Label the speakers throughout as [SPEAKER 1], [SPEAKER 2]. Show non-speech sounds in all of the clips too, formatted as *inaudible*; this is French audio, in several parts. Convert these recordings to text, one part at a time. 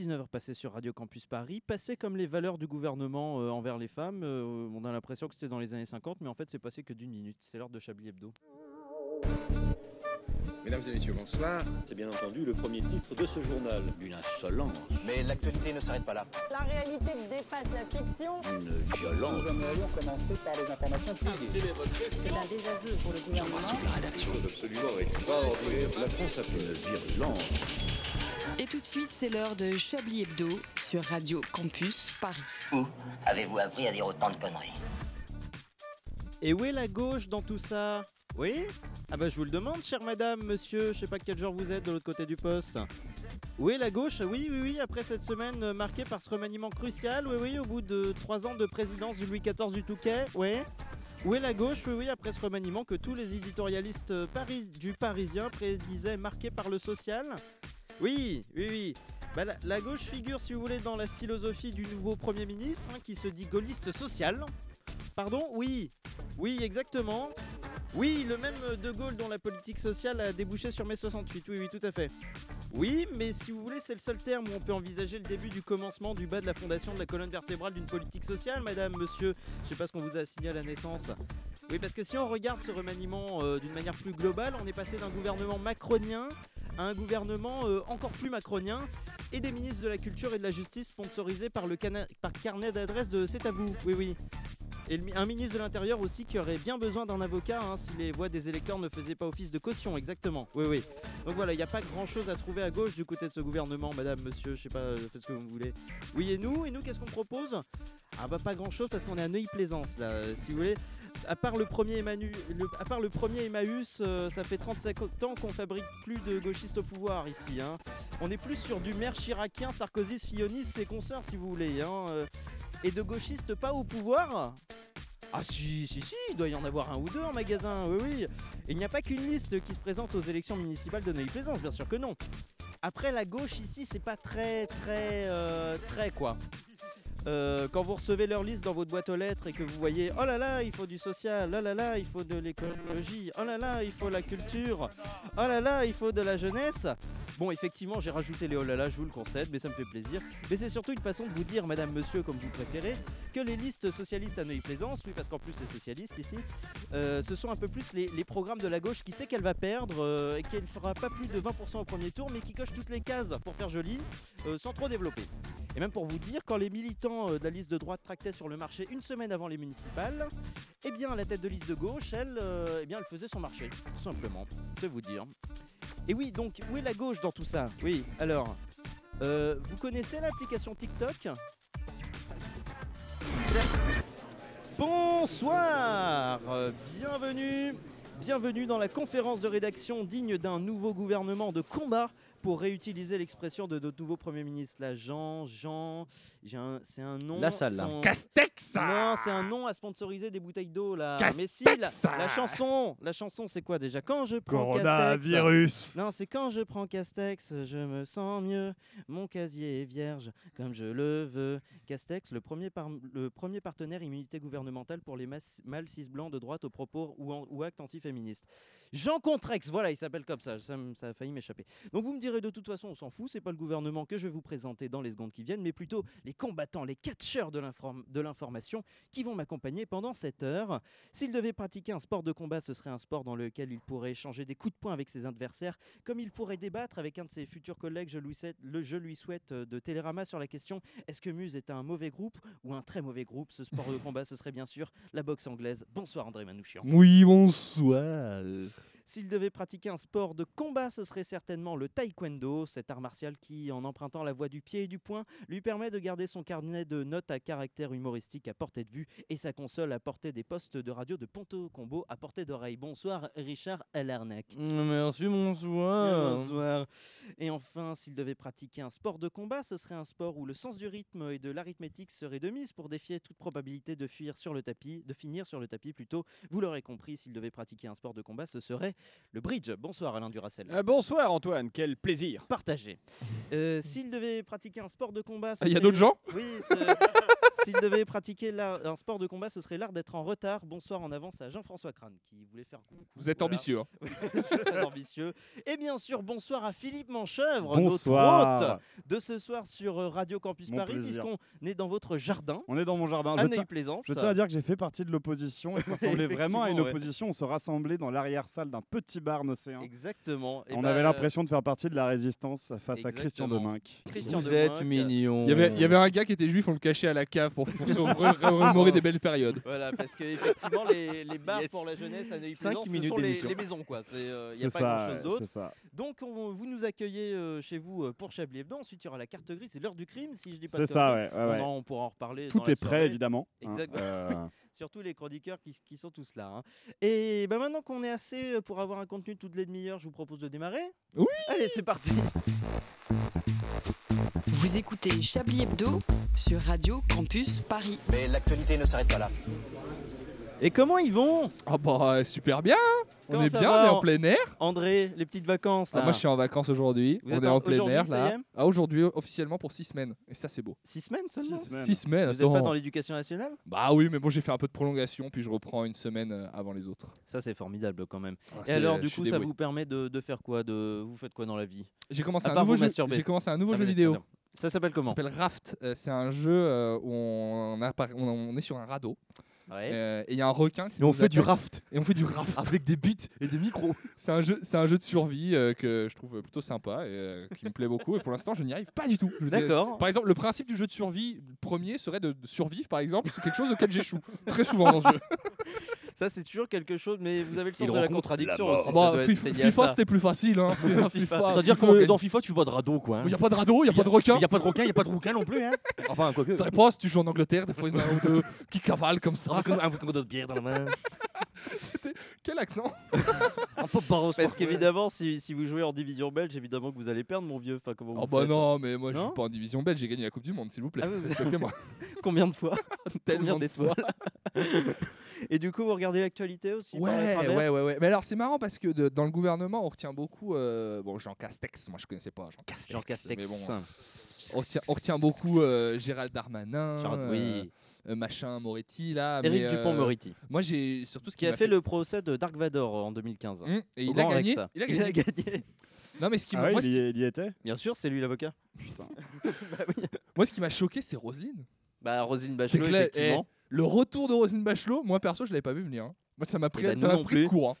[SPEAKER 1] 19h passées sur Radio Campus Paris, passé comme les valeurs du gouvernement euh, envers les femmes. Euh, on a l'impression que c'était dans les années 50, mais en fait, c'est passé que d'une minute. C'est l'heure de Chablis Hebdo.
[SPEAKER 2] Mesdames et messieurs, bonsoir.
[SPEAKER 3] C'est bien entendu le premier titre de ce journal.
[SPEAKER 4] Une insolence.
[SPEAKER 5] Mais l'actualité ne s'arrête pas là.
[SPEAKER 6] La réalité dépasse la fiction.
[SPEAKER 4] Une violence.
[SPEAKER 7] Nous aimerions commencer par les informations privées.
[SPEAKER 8] C'est un désaveu pour le gouvernement.
[SPEAKER 4] J'embrasse toute la rédaction.
[SPEAKER 2] Absolument extraordinaire.
[SPEAKER 4] La France a fait une virulence.
[SPEAKER 9] Et tout de suite, c'est l'heure de Chablis Hebdo sur Radio Campus Paris.
[SPEAKER 10] Où avez-vous appris à dire autant de conneries
[SPEAKER 1] Et où est la gauche dans tout ça Oui Ah bah je vous le demande, chère madame, monsieur, je sais pas quel genre vous êtes de l'autre côté du poste. Oui, la gauche, Ah oui, oui, oui, après cette semaine euh, marquée par ce remaniement crucial, oui, oui, au bout de trois ans de présidence du Louis XIV du Touquet, oui. Oui, la gauche, oui, oui, après ce remaniement que tous les éditorialistes euh, paris- du Parisien prédisaient marqué par le social. Oui, oui, oui. Bah, la, la gauche figure, si vous voulez, dans la philosophie du nouveau Premier ministre, hein, qui se dit gaulliste social. Pardon Oui, oui, exactement. Oui, le même euh, De Gaulle dont la politique sociale a débouché sur mai 68, oui, oui, tout à fait. Oui, mais si vous voulez, c'est le seul terme où on peut envisager le début du commencement du bas de la fondation de la colonne vertébrale d'une politique sociale, madame, monsieur. Je sais pas ce qu'on vous a assigné à la naissance. Oui, parce que si on regarde ce remaniement euh, d'une manière plus globale, on est passé d'un gouvernement macronien à un gouvernement euh, encore plus macronien et des ministres de la Culture et de la Justice sponsorisés par le cana- par carnet d'adresse de C'est à vous. Oui, oui. Et le mi- un ministre de l'Intérieur aussi qui aurait bien besoin d'un avocat hein, si les voix des électeurs ne faisaient pas office de caution, exactement. Oui, oui. Donc voilà, il n'y a pas grand chose à trouver à gauche du côté de ce gouvernement, madame, monsieur, je sais pas, euh, faites ce que vous voulez. Oui, et nous, et nous, qu'est-ce qu'on propose Ah bah pas grand chose parce qu'on est à Neuilly-Plaisance, là, euh, si vous voulez. À part le premier, Emmanuel, à part le premier Emmaüs, euh, ça fait 35 ans qu'on fabrique plus de gauchistes au pouvoir ici. hein. On est plus sur du maire chiracien, Sarkozy, Fionis, ses consorts, si vous voulez. hein, euh. Et de gauchistes pas au pouvoir ah si, si, si, il doit y en avoir un ou deux en magasin, oui, oui. Et il n'y a pas qu'une liste qui se présente aux élections municipales de Neuilly-Plaisance, bien sûr que non. Après, la gauche ici, c'est pas très, très, euh, très quoi. Euh, quand vous recevez leur liste dans votre boîte aux lettres et que vous voyez oh là là il faut du social, oh là là il faut de l'écologie, oh là là il faut la culture, oh là là il faut de la jeunesse. Bon effectivement j'ai rajouté les oh là là je vous le concède mais ça me fait plaisir. Mais c'est surtout une façon de vous dire madame monsieur comme vous préférez que les listes socialistes à Neuilly-Plaisance, oui parce qu'en plus c'est socialiste ici, euh, ce sont un peu plus les, les programmes de la gauche qui sait qu'elle va perdre euh, et qu'elle fera pas plus de 20% au premier tour mais qui coche toutes les cases pour faire joli euh, sans trop développer. Et même pour vous dire, quand les militants euh, de la liste de droite tractaient sur le marché une semaine avant les municipales, eh bien la tête de liste de gauche, elle, euh, eh bien, elle faisait son marché, tout simplement. C'est vous dire. Et oui, donc, où est la gauche dans tout ça Oui, alors, euh, vous connaissez l'application TikTok Bonsoir euh, Bienvenue Bienvenue dans la conférence de rédaction digne d'un nouveau gouvernement de combat pour réutiliser l'expression de notre nouveau Premier ministre, là, Jean, Jean, j'ai un- c'est un nom...
[SPEAKER 11] La salle, là.
[SPEAKER 1] son-
[SPEAKER 12] Castex
[SPEAKER 1] non, c'est un nom à sponsoriser des bouteilles d'eau là.
[SPEAKER 12] Castex
[SPEAKER 1] Mais si, la, la chanson, la chanson, c'est quoi déjà Quand je prends Castex. Non, c'est quand je prends Castex, je me sens mieux. Mon casier est vierge, comme je le veux. Castex, le premier, par- le premier partenaire immunité gouvernementale pour les mas- mâles cis blancs de droite aux propos ou, en- ou actes antiféministes. Jean Contrex, voilà, il s'appelle comme ça. Ça, m- ça a failli m'échapper. Donc vous me direz de toute façon, on s'en fout, c'est pas le gouvernement que je vais vous présenter dans les secondes qui viennent, mais plutôt les combattants, les catcheurs de l'inform- de l'information qui vont m'accompagner pendant cette heure. S'il devait pratiquer un sport de combat, ce serait un sport dans lequel il pourrait échanger des coups de poing avec ses adversaires, comme il pourrait débattre avec un de ses futurs collègues, je lui, sais- le, je lui souhaite, euh, de Télérama sur la question est-ce que Muse est un mauvais groupe ou un très mauvais groupe Ce sport de combat, ce serait bien sûr la boxe anglaise. Bonsoir André Manouchian.
[SPEAKER 11] Oui, bonsoir.
[SPEAKER 1] S'il devait pratiquer un sport de combat, ce serait certainement le taekwondo, cet art martial qui, en empruntant la voie du pied et du poing, lui permet de garder son carnet de notes à caractère humoristique à portée de vue et sa console à portée des postes de radio de Ponto Combo à portée d'oreille. Bonsoir Richard Alarnac.
[SPEAKER 11] Mm, Merci, bonsoir.
[SPEAKER 1] Bonsoir. Et enfin, s'il devait pratiquer un sport de combat, ce serait un sport où le sens du rythme et de l'arithmétique serait de mise pour défier toute probabilité de fuir sur le tapis, de finir sur le tapis plutôt. Vous l'aurez compris, s'il devait pratiquer un sport de combat, ce serait le bridge. Bonsoir Alain Duracel.
[SPEAKER 12] Euh, bonsoir Antoine, quel plaisir.
[SPEAKER 1] Partagé.
[SPEAKER 13] *laughs*
[SPEAKER 1] Euh, S'il devait pratiquer un sport de combat, ce
[SPEAKER 12] Ah, il y a
[SPEAKER 1] serait-
[SPEAKER 12] d'autres gens
[SPEAKER 1] Oui. ce-
[SPEAKER 12] *laughs*
[SPEAKER 1] S'il devait pratiquer l'art- un sport de combat, ce serait l'art d'être en retard. Bonsoir en avance à Jean-François Crane qui voulait faire.
[SPEAKER 12] Vous êtes ambitieux, hein.
[SPEAKER 1] Oui, *laughs* je suis très ambitieux. Et bien sûr, bonsoir à Philippe Manchevre, notre
[SPEAKER 13] Bonsoir.
[SPEAKER 1] hôte de ce soir sur euh, Radio Campus
[SPEAKER 13] Mon
[SPEAKER 1] Paris,
[SPEAKER 13] plaisir.
[SPEAKER 1] puisqu'on est dans votre jardin.
[SPEAKER 13] On est dans mon jardin.
[SPEAKER 1] À
[SPEAKER 13] je,
[SPEAKER 1] Neuilly
[SPEAKER 13] tiens-
[SPEAKER 1] Plaisance.
[SPEAKER 13] je tiens à dire que j'ai fait partie de l'opposition
[SPEAKER 1] *laughs*
[SPEAKER 13] et que ça ressemblait vraiment à une
[SPEAKER 1] Effectivement, ouais.
[SPEAKER 13] opposition. On se rassemblait dans l'arrière-salle d'un petit bar nocéen.
[SPEAKER 1] Exactement. Et
[SPEAKER 13] hein. On
[SPEAKER 1] bah,
[SPEAKER 13] avait l'impression de faire partie de la résistance face à
[SPEAKER 1] Exactement.
[SPEAKER 13] Christian Deminck.
[SPEAKER 1] Christian
[SPEAKER 13] Vous
[SPEAKER 1] Deminck. êtes mignon.
[SPEAKER 12] Il y avait- il y avait un gars qui était juif, on le cachait à la cave pour, pour se
[SPEAKER 1] *laughs*
[SPEAKER 12] re- re- remémorer des belles périodes.
[SPEAKER 1] Voilà, parce que effectivement, les, les bars pour la jeunesse à Neuilly
[SPEAKER 12] Cinq
[SPEAKER 1] Plaisance, ce
[SPEAKER 12] minutes
[SPEAKER 1] sont les,
[SPEAKER 12] d'émission.
[SPEAKER 1] les maisons, quoi. Il n'y a
[SPEAKER 13] C'est
[SPEAKER 1] pas
[SPEAKER 13] ça,
[SPEAKER 1] grand-chose
[SPEAKER 13] ouais, c'est
[SPEAKER 1] d'autre.
[SPEAKER 13] ça.
[SPEAKER 1] Donc, on- vous nous accueillez euh, chez vous euh, pour Chablis Hebdo. Ensuite, il y aura la carte grise, c'est l'heure du crime, si je dis pas de
[SPEAKER 13] C'est ça,
[SPEAKER 1] conneries.
[SPEAKER 13] ouais, ouais, ouais.
[SPEAKER 1] On, en- on pourra en reparler.
[SPEAKER 13] Tout
[SPEAKER 1] dans la
[SPEAKER 13] est prêt,
[SPEAKER 1] soirée.
[SPEAKER 13] évidemment, hein,
[SPEAKER 1] Exactement. *laughs*
[SPEAKER 13] euh.
[SPEAKER 1] Surtout les chroniqueurs qui, qui sont tous là. hein. Et ben maintenant qu'on est assez euh, pour avoir un contenu toutes les demi-heures, je vous propose de démarrer.
[SPEAKER 12] Oui
[SPEAKER 1] Allez, c'est parti
[SPEAKER 9] Vous écoutez Chablis Hebdo sur Radio Campus Paris.
[SPEAKER 5] Mais l'actualité ne s'arrête pas là.
[SPEAKER 1] Et comment ils vont
[SPEAKER 12] Ah bah euh, super bien hein. On
[SPEAKER 1] Comment
[SPEAKER 12] est
[SPEAKER 1] ça
[SPEAKER 12] bien,
[SPEAKER 1] va,
[SPEAKER 12] on est
[SPEAKER 1] An-
[SPEAKER 12] en plein air
[SPEAKER 1] André, les petites vacances
[SPEAKER 12] Ah,
[SPEAKER 1] là.
[SPEAKER 12] moi je suis en vacances aujourd'hui,
[SPEAKER 1] Vous
[SPEAKER 12] on
[SPEAKER 1] êtes
[SPEAKER 12] est
[SPEAKER 1] en-
[SPEAKER 12] en plein
[SPEAKER 1] aujourd'hui,
[SPEAKER 12] air
[SPEAKER 1] ça y
[SPEAKER 12] là.
[SPEAKER 1] est
[SPEAKER 12] Ah, aujourd'hui officiellement pour 6 semaines et ça c'est beau.
[SPEAKER 1] 6 semaines seulement
[SPEAKER 12] Six semaines. Six semaines,
[SPEAKER 1] Vous n'êtes pas
[SPEAKER 12] attends.
[SPEAKER 1] dans l'éducation nationale
[SPEAKER 12] Bah oui mais bon j'ai fait un peu de prolongation puis je reprends une semaine euh, avant les autres.
[SPEAKER 1] Ça c'est formidable quand même.
[SPEAKER 12] Ah,
[SPEAKER 1] Et
[SPEAKER 12] c'est-
[SPEAKER 1] alors du
[SPEAKER 12] je suis
[SPEAKER 1] coup ça
[SPEAKER 12] dévoué.
[SPEAKER 1] vous permet de, de faire quoi de, Vous faites quoi dans la vie
[SPEAKER 12] J'ai commencé,
[SPEAKER 1] À
[SPEAKER 12] un
[SPEAKER 1] part
[SPEAKER 12] nouveau
[SPEAKER 1] vous
[SPEAKER 12] jeu,
[SPEAKER 1] masturber.
[SPEAKER 12] j'ai commencé un nouveau
[SPEAKER 1] Ah,
[SPEAKER 12] jeu
[SPEAKER 1] mais
[SPEAKER 12] vidéo.
[SPEAKER 1] d'accord. Ça s'appelle comment
[SPEAKER 12] Ça s'appelle Raft. Euh, c'est un jeu euh, où on, appara- on- on est sur un radeau. Euh, et il y a un requin qui
[SPEAKER 11] Et on
[SPEAKER 12] nous
[SPEAKER 11] fait du
[SPEAKER 12] attaque.
[SPEAKER 11] raft.
[SPEAKER 12] Et on fait du raft. Avec
[SPEAKER 11] des bites et des micros.
[SPEAKER 12] *laughs* C'est un jeu, c'est un jeu de survie euh, que je trouve plutôt sympa et euh, qui me plaît beaucoup. Et pour l'instant, je n'y arrive pas du tout. Je veux dire,
[SPEAKER 1] D'accord.
[SPEAKER 12] Par exemple, le principe du jeu de survie premier serait de de survivre, par exemple. C'est quelque chose auquel j'échoue très souvent dans *laughs* ce jeu.
[SPEAKER 1] Ça c'est toujours quelque chose, mais vous avez le
[SPEAKER 12] Il
[SPEAKER 1] sens de la
[SPEAKER 12] rencontre
[SPEAKER 1] contradiction
[SPEAKER 12] la
[SPEAKER 1] aussi.
[SPEAKER 12] mort.
[SPEAKER 1] ça
[SPEAKER 12] Bah,
[SPEAKER 1] doit être-
[SPEAKER 12] Fif-
[SPEAKER 1] c'est lié à
[SPEAKER 12] FIFA,
[SPEAKER 1] ça.
[SPEAKER 12] c'était plus facile, hein. *laughs* FIFA, FIFA,
[SPEAKER 11] Ah,
[SPEAKER 14] Ah,
[SPEAKER 11] C'est-à-dire
[SPEAKER 12] FIFA,
[SPEAKER 11] que
[SPEAKER 12] ok.
[SPEAKER 11] dans FIFA, tu fais pas de radeau, quoi.
[SPEAKER 12] Il n'y a pas de radeau, il n'y a pas de requin. Il
[SPEAKER 11] n'y a pas de requin, il n'y a pas de requin non
[SPEAKER 14] *laughs*
[SPEAKER 11] plus. Hein. Enfin, quoi que.
[SPEAKER 12] Ça dépend si tu joues en Angleterre, des fois il y en a un ou deux qui cavalent comme ça.
[SPEAKER 11] Avec un- avec un godet de bière dans la
[SPEAKER 1] *laughs*
[SPEAKER 11] main.
[SPEAKER 12] C'était quel accent
[SPEAKER 1] Parce qu'évidemment, si, si vous jouez en division belge, évidemment que vous allez perdre, mon vieux. Enfin, comment
[SPEAKER 12] Oh
[SPEAKER 1] vous
[SPEAKER 12] bah
[SPEAKER 1] faites
[SPEAKER 12] non, mais moi je
[SPEAKER 1] Non
[SPEAKER 12] suis pas en division belge, j'ai gagné la Coupe du Monde, s'il vous plaît.
[SPEAKER 1] Ah oui, vous-
[SPEAKER 12] Respectez-moi.
[SPEAKER 1] *laughs* Combien de
[SPEAKER 12] *laughs*
[SPEAKER 1] fois
[SPEAKER 12] Tellement
[SPEAKER 1] Combien
[SPEAKER 12] de
[SPEAKER 1] d'étoiles
[SPEAKER 12] fois.
[SPEAKER 1] *laughs* Et du coup, vous regardez l'actualité aussi par
[SPEAKER 12] *laughs*
[SPEAKER 1] le
[SPEAKER 12] Ouais,
[SPEAKER 1] travers
[SPEAKER 12] ouais, ouais, ouais. Mais alors c'est marrant parce que de- dans le gouvernement, on retient beaucoup. euh, bon, Jean Castex, moi je connaissais pas Jean Castex.
[SPEAKER 1] Jean Castex.
[SPEAKER 12] Mais bon, on, retient, on retient beaucoup euh, Gérald Darmanin.
[SPEAKER 1] Gérald-
[SPEAKER 12] euh,
[SPEAKER 1] oui.
[SPEAKER 12] euh, machin, Moretti, là.
[SPEAKER 1] Éric
[SPEAKER 12] mais, euh,
[SPEAKER 1] Dupont-Moretti.
[SPEAKER 12] Moi j'ai surtout ce
[SPEAKER 1] Qui a fait le procès de Dark Vador en 2015.
[SPEAKER 12] Hum, et
[SPEAKER 1] Au
[SPEAKER 12] il a
[SPEAKER 1] grand
[SPEAKER 12] gagné,
[SPEAKER 1] Alexa.
[SPEAKER 12] il a gagné. Non, mais ce qui Ah m'a- ouais, moi, il ce y- qui- il y était
[SPEAKER 1] *laughs* Bien sûr, c'est lui l'avocat.
[SPEAKER 13] Putain.
[SPEAKER 12] Moi, ce qui m'a choqué, c'est Roselyne.
[SPEAKER 1] Bah, Roselyne
[SPEAKER 12] C'est
[SPEAKER 1] Bachelot,
[SPEAKER 12] clair,
[SPEAKER 1] effectivement.
[SPEAKER 12] eh, le retour de Roselyne Bachelot, moi perso, je l'avais pas vu venir. hein. Moi, ça m'a pris,
[SPEAKER 1] Eh ben,
[SPEAKER 12] ça
[SPEAKER 1] nous
[SPEAKER 12] m'a
[SPEAKER 1] non
[SPEAKER 12] pris de
[SPEAKER 1] plus.
[SPEAKER 12] court. hein.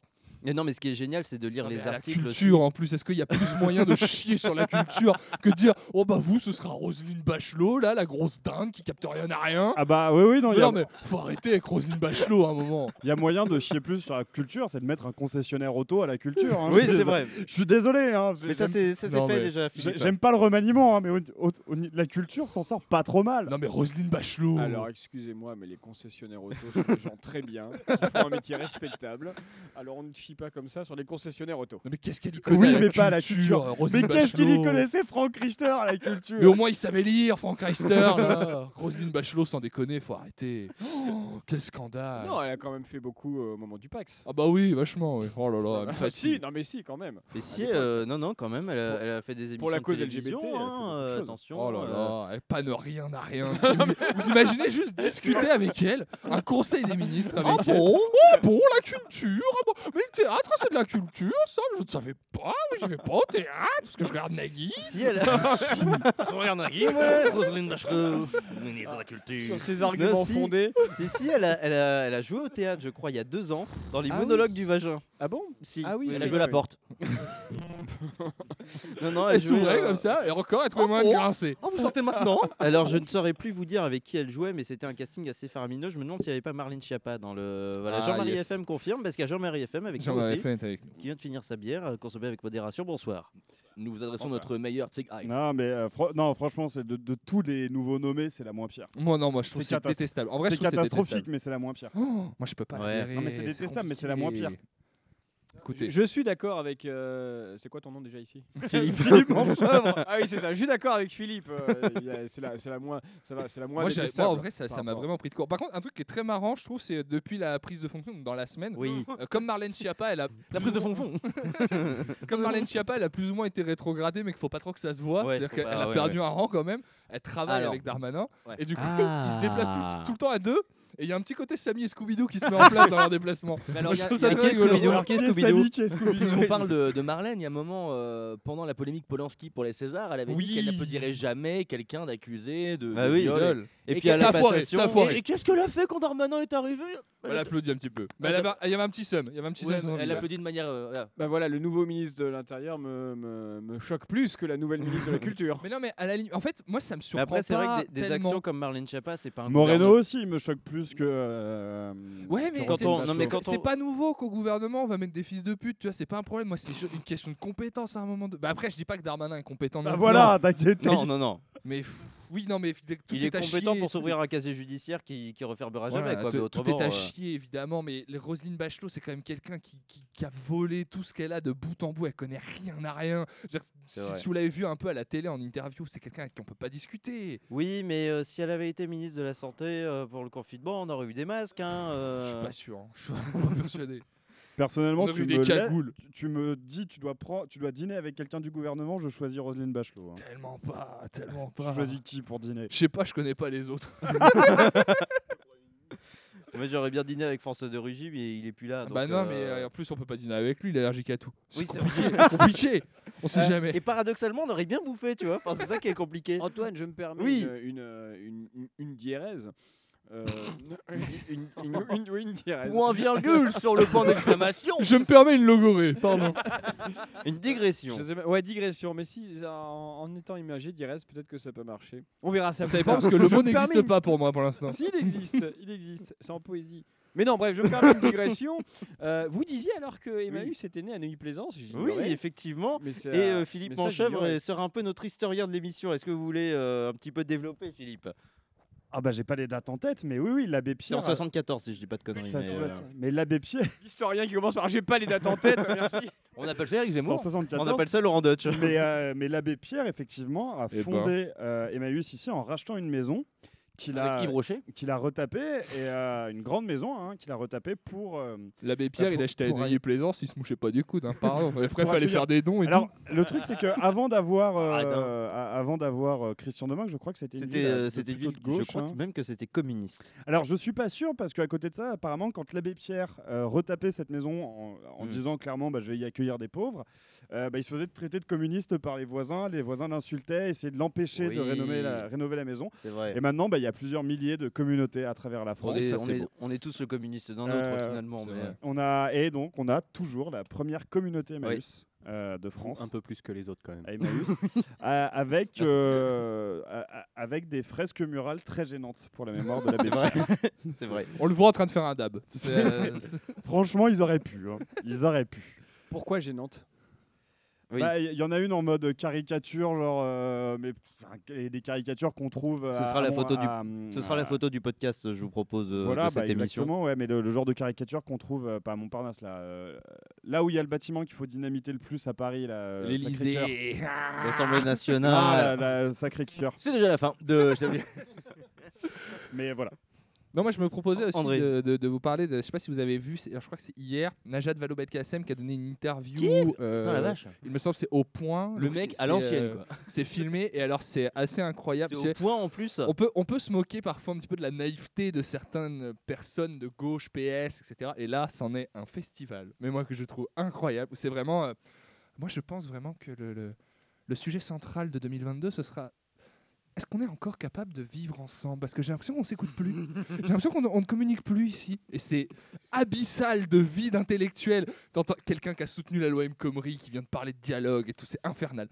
[SPEAKER 1] Mais non, mais ce qui est génial, c'est de lire les
[SPEAKER 12] mais à la
[SPEAKER 1] articles.
[SPEAKER 12] culture, en plus, est-ce qu'il y a plus moyen de chier sur la culture que de dire oh bah vous ce sera Roselyne Bachelot là la grosse dinde qui capte rien à rien
[SPEAKER 13] Ah bah oui, oui, non,
[SPEAKER 12] mais
[SPEAKER 13] il y a-
[SPEAKER 12] non, mais faut arrêter avec Roselyne Bachelot à un moment
[SPEAKER 13] Il y a moyen de chier plus sur la culture, c'est de mettre un concessionnaire auto à la culture. hein. Je
[SPEAKER 1] Oui,
[SPEAKER 13] suis
[SPEAKER 1] c'est
[SPEAKER 13] désolé.
[SPEAKER 1] vrai.
[SPEAKER 13] Je suis désolé. hein.
[SPEAKER 1] Mais ça,
[SPEAKER 13] J'aime-
[SPEAKER 1] c'est- ça, c'est Non, fait mais- déjà, Philippe.
[SPEAKER 13] J'ai- J'aime pas le remaniement, hein, mais au- au- au- la culture s'en sort pas trop mal.
[SPEAKER 12] Non, mais Roselyne Bachelot.
[SPEAKER 14] Alors excusez-moi, mais les concessionnaires auto sont des gens très bien, qui font un métier respectable. Alors on ne chie pas comme ça sur les concessionnaires auto.
[SPEAKER 12] mais qu'est-ce qu'elle connaît
[SPEAKER 13] Oui,
[SPEAKER 12] à la
[SPEAKER 13] mais pas à la
[SPEAKER 12] culture,
[SPEAKER 13] culture.
[SPEAKER 12] Roselyne
[SPEAKER 13] Mais qu'est-ce qu'il y
[SPEAKER 12] Bachelot.
[SPEAKER 13] connaissait, Franck Richter, à la culture
[SPEAKER 12] mais au moins il savait lire Frank Reister là
[SPEAKER 13] *laughs*
[SPEAKER 12] Roselyne Bachelot sans déconner faut
[SPEAKER 13] *gasps*
[SPEAKER 12] arrêter oh, quel scandale
[SPEAKER 14] Non, elle a quand même fait beaucoup euh, au moment du
[SPEAKER 11] Oh
[SPEAKER 14] Pax.
[SPEAKER 12] ah bah oui vachement oui. oh là là
[SPEAKER 13] bah
[SPEAKER 12] elle me
[SPEAKER 14] Ah,
[SPEAKER 12] fatigue.
[SPEAKER 14] si, non mais si quand même.
[SPEAKER 1] Et si,
[SPEAKER 14] À l'époque.
[SPEAKER 1] euh, non, non, quand même, elle a, elle a fait des émissions.
[SPEAKER 14] pour la
[SPEAKER 1] de
[SPEAKER 14] cause
[SPEAKER 1] télévision,
[SPEAKER 14] LGBT, elle a fait
[SPEAKER 1] hein,
[SPEAKER 14] beaucoup de
[SPEAKER 1] euh,
[SPEAKER 14] choses.
[SPEAKER 1] attention.
[SPEAKER 12] Oh là
[SPEAKER 1] euh,
[SPEAKER 12] là, elle panne rien à rien. *laughs* vous, vous imaginez juste discuter avec elle, un conseil des ministres avec
[SPEAKER 11] Ah
[SPEAKER 12] elle.
[SPEAKER 11] bon
[SPEAKER 12] Ah bon, la culture ah bon, Mais le théâtre, c'est de la culture, ça Je ne savais pas, mais je vais pas au théâtre, parce que je regarde Nagui.
[SPEAKER 1] Si elle
[SPEAKER 11] Je regarde Nagui,
[SPEAKER 1] *laughs*
[SPEAKER 11] moi, Roselyne Bachelot, ministre de la Culture.
[SPEAKER 1] Non, si. Si, si, elle a, elle, a, elle a joué au théâtre, je crois, il y a deux ans, dans les
[SPEAKER 11] Ah
[SPEAKER 1] monologues du vagin.
[SPEAKER 14] Ah bon
[SPEAKER 1] Si.
[SPEAKER 11] Ah oui, Elle a
[SPEAKER 1] c'est
[SPEAKER 11] joué la
[SPEAKER 1] vrai.
[SPEAKER 11] porte.
[SPEAKER 1] non, non,
[SPEAKER 12] Elle
[SPEAKER 1] jouait,
[SPEAKER 12] s'ouvrait
[SPEAKER 1] euh,
[SPEAKER 12] comme ça, et encore, elle trouvait moyen de grincer.
[SPEAKER 11] Oh, vous sortez maintenant
[SPEAKER 1] Alors, je ne saurais plus vous dire avec qui elle jouait, mais c'était un casting assez faramineux. Je me demande s'il n'y avait pas Marlène Schiappa dans le. Voilà,
[SPEAKER 12] Ah,
[SPEAKER 1] Jean-Marie
[SPEAKER 12] yes.
[SPEAKER 1] FM confirme, parce qu'il y a Jean-Marie FM avec nous
[SPEAKER 12] Jean-Marie
[SPEAKER 1] aussi,
[SPEAKER 12] FM est avec
[SPEAKER 1] qui vient de finir sa bière, euh, consommée avec modération. Bonsoir.
[SPEAKER 11] Nous vous adressons notre meilleur tig. Ah,
[SPEAKER 13] Non, mais euh, fran- non, franchement, c'est de, de tous les nouveaux nommés, c'est la moins pire.
[SPEAKER 12] Moi, non, moi, je trouve
[SPEAKER 13] C'est
[SPEAKER 12] c'est
[SPEAKER 13] catastro-
[SPEAKER 12] détestable. En vrai, je
[SPEAKER 13] c'est
[SPEAKER 12] trouve que c'est
[SPEAKER 13] catastrophique,
[SPEAKER 12] détestable.
[SPEAKER 13] mais c'est la moins pire.
[SPEAKER 12] Oh, moi, je peux pas la
[SPEAKER 13] Non,
[SPEAKER 12] tolérer,
[SPEAKER 13] mais c'est détestable, mais c'est la moins
[SPEAKER 12] compliqué.
[SPEAKER 13] pire.
[SPEAKER 12] Écoutez.
[SPEAKER 14] Je, je suis d'accord avec. euh, c'est quoi ton nom déjà ici
[SPEAKER 12] *laughs* Philippe.
[SPEAKER 14] Philippe Manchevre. Ah oui, c'est ça. Je suis d'accord avec Philippe. euh, il y a- c'est la, c'est la moins. Ça va, c'est la moins.
[SPEAKER 12] Moi, j'ai- moi,
[SPEAKER 14] détestable
[SPEAKER 12] en vrai, ça
[SPEAKER 14] par
[SPEAKER 12] ça m'a
[SPEAKER 14] rapport-
[SPEAKER 12] vraiment pris de court. Par contre, un truc qui est très marrant, je trouve, c'est euh, depuis la prise de fonction dans la semaine. euh, comme Marlène Schiappa, elle a. *laughs* La prise de fonction Comme Marlène Schiappa, elle a plus ou moins été rétrogradée, mais qu'il faut pas trop que ça se voit.
[SPEAKER 1] Ouais,
[SPEAKER 12] C'est-à-dire
[SPEAKER 1] faut
[SPEAKER 12] qu'elle
[SPEAKER 1] pas-
[SPEAKER 12] a
[SPEAKER 1] ouais,
[SPEAKER 12] perdu
[SPEAKER 1] ouais.
[SPEAKER 12] un rang quand même. Elle travaille
[SPEAKER 1] Alors.
[SPEAKER 12] avec Darmanin.
[SPEAKER 1] Ouais.
[SPEAKER 12] Et du coup,
[SPEAKER 1] Ah.
[SPEAKER 12] ils se déplacent tout, tout le temps à deux. Et il y a un petit côté Samy et Scooby-Doo qui se
[SPEAKER 1] *laughs*
[SPEAKER 12] met en place dans leur déplacement.
[SPEAKER 1] *laughs* Mais
[SPEAKER 12] Moi,
[SPEAKER 1] alors, il y
[SPEAKER 12] je
[SPEAKER 1] a-
[SPEAKER 12] trouve
[SPEAKER 1] il y a
[SPEAKER 12] ça
[SPEAKER 1] qui
[SPEAKER 12] très
[SPEAKER 1] est
[SPEAKER 12] rigolo.
[SPEAKER 1] Scooby-Doo Qui est
[SPEAKER 12] *laughs*
[SPEAKER 1] Scooby-Doo Puisqu'on parle de, de Marlène, il y a un moment, euh, pendant la polémique Polanski pour les Césars, elle avait dit qu'elle n'applaudirait jamais quelqu'un d'accusé de,
[SPEAKER 12] Bah
[SPEAKER 1] de
[SPEAKER 12] oui,
[SPEAKER 1] viol.
[SPEAKER 12] viol.
[SPEAKER 1] Et,
[SPEAKER 12] Et
[SPEAKER 1] puis à
[SPEAKER 12] qu'est-ce-
[SPEAKER 1] la
[SPEAKER 12] ça a foiré,
[SPEAKER 1] passation-
[SPEAKER 12] ça a foiré.
[SPEAKER 1] Et, et qu'est-ce qu'elle a fait quand Darmanin est arrivé
[SPEAKER 12] Elle applaudit un petit peu. Mais elle avait- il y avait un petit seum. Il y avait un petit
[SPEAKER 1] Ouais,
[SPEAKER 12] seum sur son
[SPEAKER 1] elle
[SPEAKER 12] visage.
[SPEAKER 1] applaudit de manière. euh, voilà.
[SPEAKER 14] Bah voilà, le nouveau ministre de l'Intérieur me, me, me choque plus que la nouvelle ministre de la Culture. *laughs*
[SPEAKER 12] Mais non, mais à la limite, en fait, moi, ça me
[SPEAKER 1] Mais
[SPEAKER 12] surprend
[SPEAKER 1] après, c'est vrai
[SPEAKER 12] pas
[SPEAKER 1] que des, des
[SPEAKER 12] tellement.
[SPEAKER 1] actions comme Marlène Chapa, c'est pas un
[SPEAKER 13] Moreno
[SPEAKER 1] gouvernement.
[SPEAKER 13] aussi, il me choque plus que. euh,
[SPEAKER 12] Ouais, mais,
[SPEAKER 1] Quand
[SPEAKER 12] c'est-
[SPEAKER 1] on- non, mais
[SPEAKER 12] c'est-
[SPEAKER 1] quand on-
[SPEAKER 12] c'est pas nouveau qu'au gouvernement on va mettre des fils de pute, tu vois, c'est pas un problème. Moi, c'est ju- une question de compétence à un moment. De... Bah après, je dis pas que Darmanin est compétent.
[SPEAKER 13] Bah
[SPEAKER 12] non plus. hein.
[SPEAKER 13] voilà,
[SPEAKER 12] *laughs*
[SPEAKER 13] t'inquiète.
[SPEAKER 1] Non, non, non.
[SPEAKER 12] Mais pff, oui, non, mais dès que tout
[SPEAKER 1] il est,
[SPEAKER 12] à
[SPEAKER 1] compétent
[SPEAKER 12] chier,
[SPEAKER 1] pour
[SPEAKER 12] tout est-
[SPEAKER 1] s'ouvrir un casier judiciaire qui, qui refermera
[SPEAKER 12] Voilà,
[SPEAKER 1] jamais. quoi,
[SPEAKER 12] tout-
[SPEAKER 1] mais
[SPEAKER 12] tout
[SPEAKER 1] autrement,
[SPEAKER 12] est à
[SPEAKER 1] euh,
[SPEAKER 12] chier évidemment, mais les- Roselyne Bachelot, c'est quand même quelqu'un qui, qui- qui a volé tout ce qu'elle a de bout en bout. Elle connaît rien à rien. Je veux dire, si
[SPEAKER 1] C'est vrai.
[SPEAKER 12] tu l'avais vu un peu à la télé en interview, c'est quelqu'un avec qui on peut pas discuter.
[SPEAKER 1] Oui, mais euh, si elle avait été ministre de la Santé euh, pour le confinement, on aurait eu des masques. Hein,
[SPEAKER 12] *laughs* Je suis
[SPEAKER 1] euh.
[SPEAKER 12] pas sûr, hein. je suis *laughs* pas persuadé.
[SPEAKER 13] Personnellement,
[SPEAKER 12] On aurait
[SPEAKER 13] tu
[SPEAKER 12] eu des
[SPEAKER 13] me, la-
[SPEAKER 12] cagoules.
[SPEAKER 13] tu- tu me dis, tu dois, prendre- tu dois dîner avec quelqu'un du gouvernement, je choisis Roselyne Bachelot. hein.
[SPEAKER 12] Tellement pas, tellement
[SPEAKER 13] Tu
[SPEAKER 12] pas.
[SPEAKER 13] choisis qui pour dîner
[SPEAKER 12] Je sais pas, je connais pas les autres.
[SPEAKER 1] Moi, j'aurais bien dîné avec François de Rugy, mais il est plus là. donc,
[SPEAKER 12] bah non,
[SPEAKER 1] euh,
[SPEAKER 12] mais euh, en plus on peut pas dîner avec lui, il est allergique à tout.
[SPEAKER 1] Oui,
[SPEAKER 12] C'est
[SPEAKER 1] c'est
[SPEAKER 12] compliqué,
[SPEAKER 1] vrai.
[SPEAKER 12] compliqué. On sait
[SPEAKER 1] Euh,
[SPEAKER 12] jamais.
[SPEAKER 1] Et paradoxalement, on aurait bien bouffé, tu vois. Enfin, c'est ça qui est compliqué.
[SPEAKER 12] *laughs*
[SPEAKER 14] Antoine, je me permets
[SPEAKER 1] Oui.
[SPEAKER 14] une, une, euh, une, une, une diérèse. Euh, une, une, une- oui, une diérèse.
[SPEAKER 1] Point virgule sur le point d'exclamation.
[SPEAKER 12] Je me permets une logorée, pardon.
[SPEAKER 1] *laughs* Une digression.
[SPEAKER 14] Je sais pas- Ouais, digression. Mais si, en, en étant imagé, diérèse, peut-être que ça peut marcher. On verra ça.
[SPEAKER 12] Ça
[SPEAKER 14] plus
[SPEAKER 12] dépend
[SPEAKER 14] tard.
[SPEAKER 12] parce que le
[SPEAKER 14] Je
[SPEAKER 12] mot
[SPEAKER 14] me permets
[SPEAKER 12] n'existe
[SPEAKER 14] une-
[SPEAKER 12] pas pour moi pour
[SPEAKER 1] Bah,
[SPEAKER 12] l'instant.
[SPEAKER 14] Si, il existe, il existe, c'est en poésie. Mais non, bref, je me permets une digression. Euh, vous disiez alors que Emmaüs était né à Neuilly-Plaisance
[SPEAKER 1] Oui,
[SPEAKER 14] j'ignorais.
[SPEAKER 1] effectivement.
[SPEAKER 14] Mais c'est,
[SPEAKER 1] Et
[SPEAKER 14] euh,
[SPEAKER 1] euh, Philippe
[SPEAKER 14] mais ça,
[SPEAKER 1] Manchevre
[SPEAKER 14] j'ignorais.
[SPEAKER 1] euh, sera un peu notre historien de l'émission. Est-ce que vous voulez euh, un petit peu développer, Philippe
[SPEAKER 13] Ah bah j'ai pas les dates en tête, mais oui, oui, l'abbé
[SPEAKER 1] C'est
[SPEAKER 13] Pierre. euh,
[SPEAKER 1] en 74, si je dis pas de conneries.
[SPEAKER 13] Ça,
[SPEAKER 1] mais,
[SPEAKER 13] c'est
[SPEAKER 1] euh,
[SPEAKER 13] vrai, ça. mais l'abbé Pierre.
[SPEAKER 14] Historien qui commence par j'ai pas les dates en
[SPEAKER 1] *laughs*
[SPEAKER 14] tête, merci.
[SPEAKER 1] On appelle ça Eric Zemmour.
[SPEAKER 13] 174.
[SPEAKER 1] On appelle ça Laurent Dutch.
[SPEAKER 13] *laughs* mais euh, mais l'abbé Pierre, effectivement, a
[SPEAKER 1] Eh ben.
[SPEAKER 13] fondé euh, Emmaüs ici en rachetant une maison qu'il a,
[SPEAKER 1] Avec Yves Rocher.
[SPEAKER 13] qu'il a retapée, et euh, une grande maison hein, qu'il a retapée pour. euh,
[SPEAKER 12] L'abbé Pierre,
[SPEAKER 13] Bah,
[SPEAKER 12] il
[SPEAKER 13] pour-
[SPEAKER 12] achetait
[SPEAKER 13] pour
[SPEAKER 12] à Neuilly Plaisance, il se mouchait pas du coude, hein, pardon. Après,
[SPEAKER 13] Pour
[SPEAKER 12] fallait
[SPEAKER 13] accueillir.
[SPEAKER 12] faire des dons et
[SPEAKER 13] Alors,
[SPEAKER 12] tout.
[SPEAKER 13] le truc, c'est que avant d'avoir euh,
[SPEAKER 1] *laughs* Ah, non.
[SPEAKER 13] a- avant d'avoir euh, Christian Domingue, je crois que c'était une
[SPEAKER 1] C'était
[SPEAKER 13] ville, euh,
[SPEAKER 1] euh,
[SPEAKER 13] de-
[SPEAKER 1] c'était une
[SPEAKER 13] plutôt
[SPEAKER 1] ville,
[SPEAKER 13] de gauche.
[SPEAKER 1] je crois
[SPEAKER 13] hein.
[SPEAKER 1] même que c'était communiste.
[SPEAKER 13] Alors, je suis pas sûr parce qu'à côté de ça, apparemment, quand l'abbé Pierre euh, retapait cette maison en, en
[SPEAKER 1] Mm.
[SPEAKER 13] disant clairement bah, je vais y accueillir des pauvres, euh, bah, il se faisait traiter de communiste par les voisins. Les voisins l'insultaient, essayaient de l'empêcher de
[SPEAKER 1] Oui.
[SPEAKER 13] rénover la, rénover la maison.
[SPEAKER 1] C'est vrai.
[SPEAKER 13] Et maintenant, bah, il y a plusieurs milliers de communautés à travers la
[SPEAKER 1] on,
[SPEAKER 13] France.
[SPEAKER 1] est,
[SPEAKER 13] Ça,
[SPEAKER 1] on
[SPEAKER 13] c'est
[SPEAKER 1] est-
[SPEAKER 13] beau.
[SPEAKER 1] on est tous le communiste d'un autre
[SPEAKER 13] Euh,
[SPEAKER 1] finalement. mais, euh,
[SPEAKER 13] On a, et donc, on a toujours la première communauté Emmaüs euh, de France.
[SPEAKER 14] Un peu plus que les autres quand même.
[SPEAKER 13] à Emmaüs,
[SPEAKER 1] *laughs*
[SPEAKER 13] euh, avec, euh, a- a- avec des fresques murales très gênantes pour la mémoire de
[SPEAKER 1] *laughs*
[SPEAKER 13] la Pierre.
[SPEAKER 1] c'est vrai.
[SPEAKER 12] On le voit en train de faire un
[SPEAKER 1] *laughs*
[SPEAKER 12] dab.
[SPEAKER 13] C'est-
[SPEAKER 12] C'est, euh, c'est-
[SPEAKER 13] Franchement, ils auraient pu. hein. Ils auraient pu.
[SPEAKER 14] Pourquoi gênante
[SPEAKER 13] Bah,
[SPEAKER 1] Oui.
[SPEAKER 13] Il y en a une en mode caricature, genre euh, mais enfin, et des caricatures qu'on trouve.
[SPEAKER 1] Ce
[SPEAKER 13] à-
[SPEAKER 1] sera la
[SPEAKER 13] à-
[SPEAKER 1] photo du-
[SPEAKER 13] à-
[SPEAKER 1] Ce sera la
[SPEAKER 13] à-
[SPEAKER 1] photo du podcast, je vous propose euh,
[SPEAKER 13] Ah. Voilà,
[SPEAKER 1] de cette
[SPEAKER 13] bah,
[SPEAKER 1] émission.
[SPEAKER 13] exactement, ouais, mais le, le genre de caricature qu'on trouve euh, pas à Montparnasse là, euh, là où il y a le bâtiment qu'il faut dynamiter le plus à Paris là, euh, Sacré-Cœur.
[SPEAKER 12] L'Élysée.
[SPEAKER 1] L'Assemblée
[SPEAKER 13] Ah,
[SPEAKER 1] nationale.
[SPEAKER 13] la, la sacré cœur.
[SPEAKER 1] c'est déjà la fin de. je l'avais-
[SPEAKER 13] Mais voilà.
[SPEAKER 12] Non, moi, je me proposais aussi
[SPEAKER 1] André.
[SPEAKER 12] de, de- de vous parler. De, je sais pas si vous avez vu, c'est- je crois que c'est hier, Najat Vallaud-Belkacem qui a donné une interview. euh,
[SPEAKER 1] Putain, la vache.
[SPEAKER 12] Il me semble que c'est au point.
[SPEAKER 1] Le mec à
[SPEAKER 12] C'est,
[SPEAKER 1] l'ancienne,
[SPEAKER 12] euh,
[SPEAKER 1] quoi.
[SPEAKER 12] C'est filmé et alors c'est assez incroyable.
[SPEAKER 1] C'est au
[SPEAKER 12] C'est-
[SPEAKER 1] point en plus.
[SPEAKER 12] On peut, on peut se moquer parfois un petit peu de la naïveté de certaines personnes de gauche, PS, etc. Et là, c'en est un festival. Mais moi, que je trouve incroyable. où C'est vraiment. euh, moi, je pense vraiment que le, le, le sujet central de 2022, ce sera. Est-ce qu'on est encore capable de vivre ensemble Parce que j'ai l'impression qu'on s'écoute plus. J'ai l'impression qu'on on ne communique plus ici. Et c'est abyssal de vide intellectuel. T'entends quelqu'un qui a soutenu la loi M. Khomri, qui vient de parler de dialogue et tout, c'est infernal.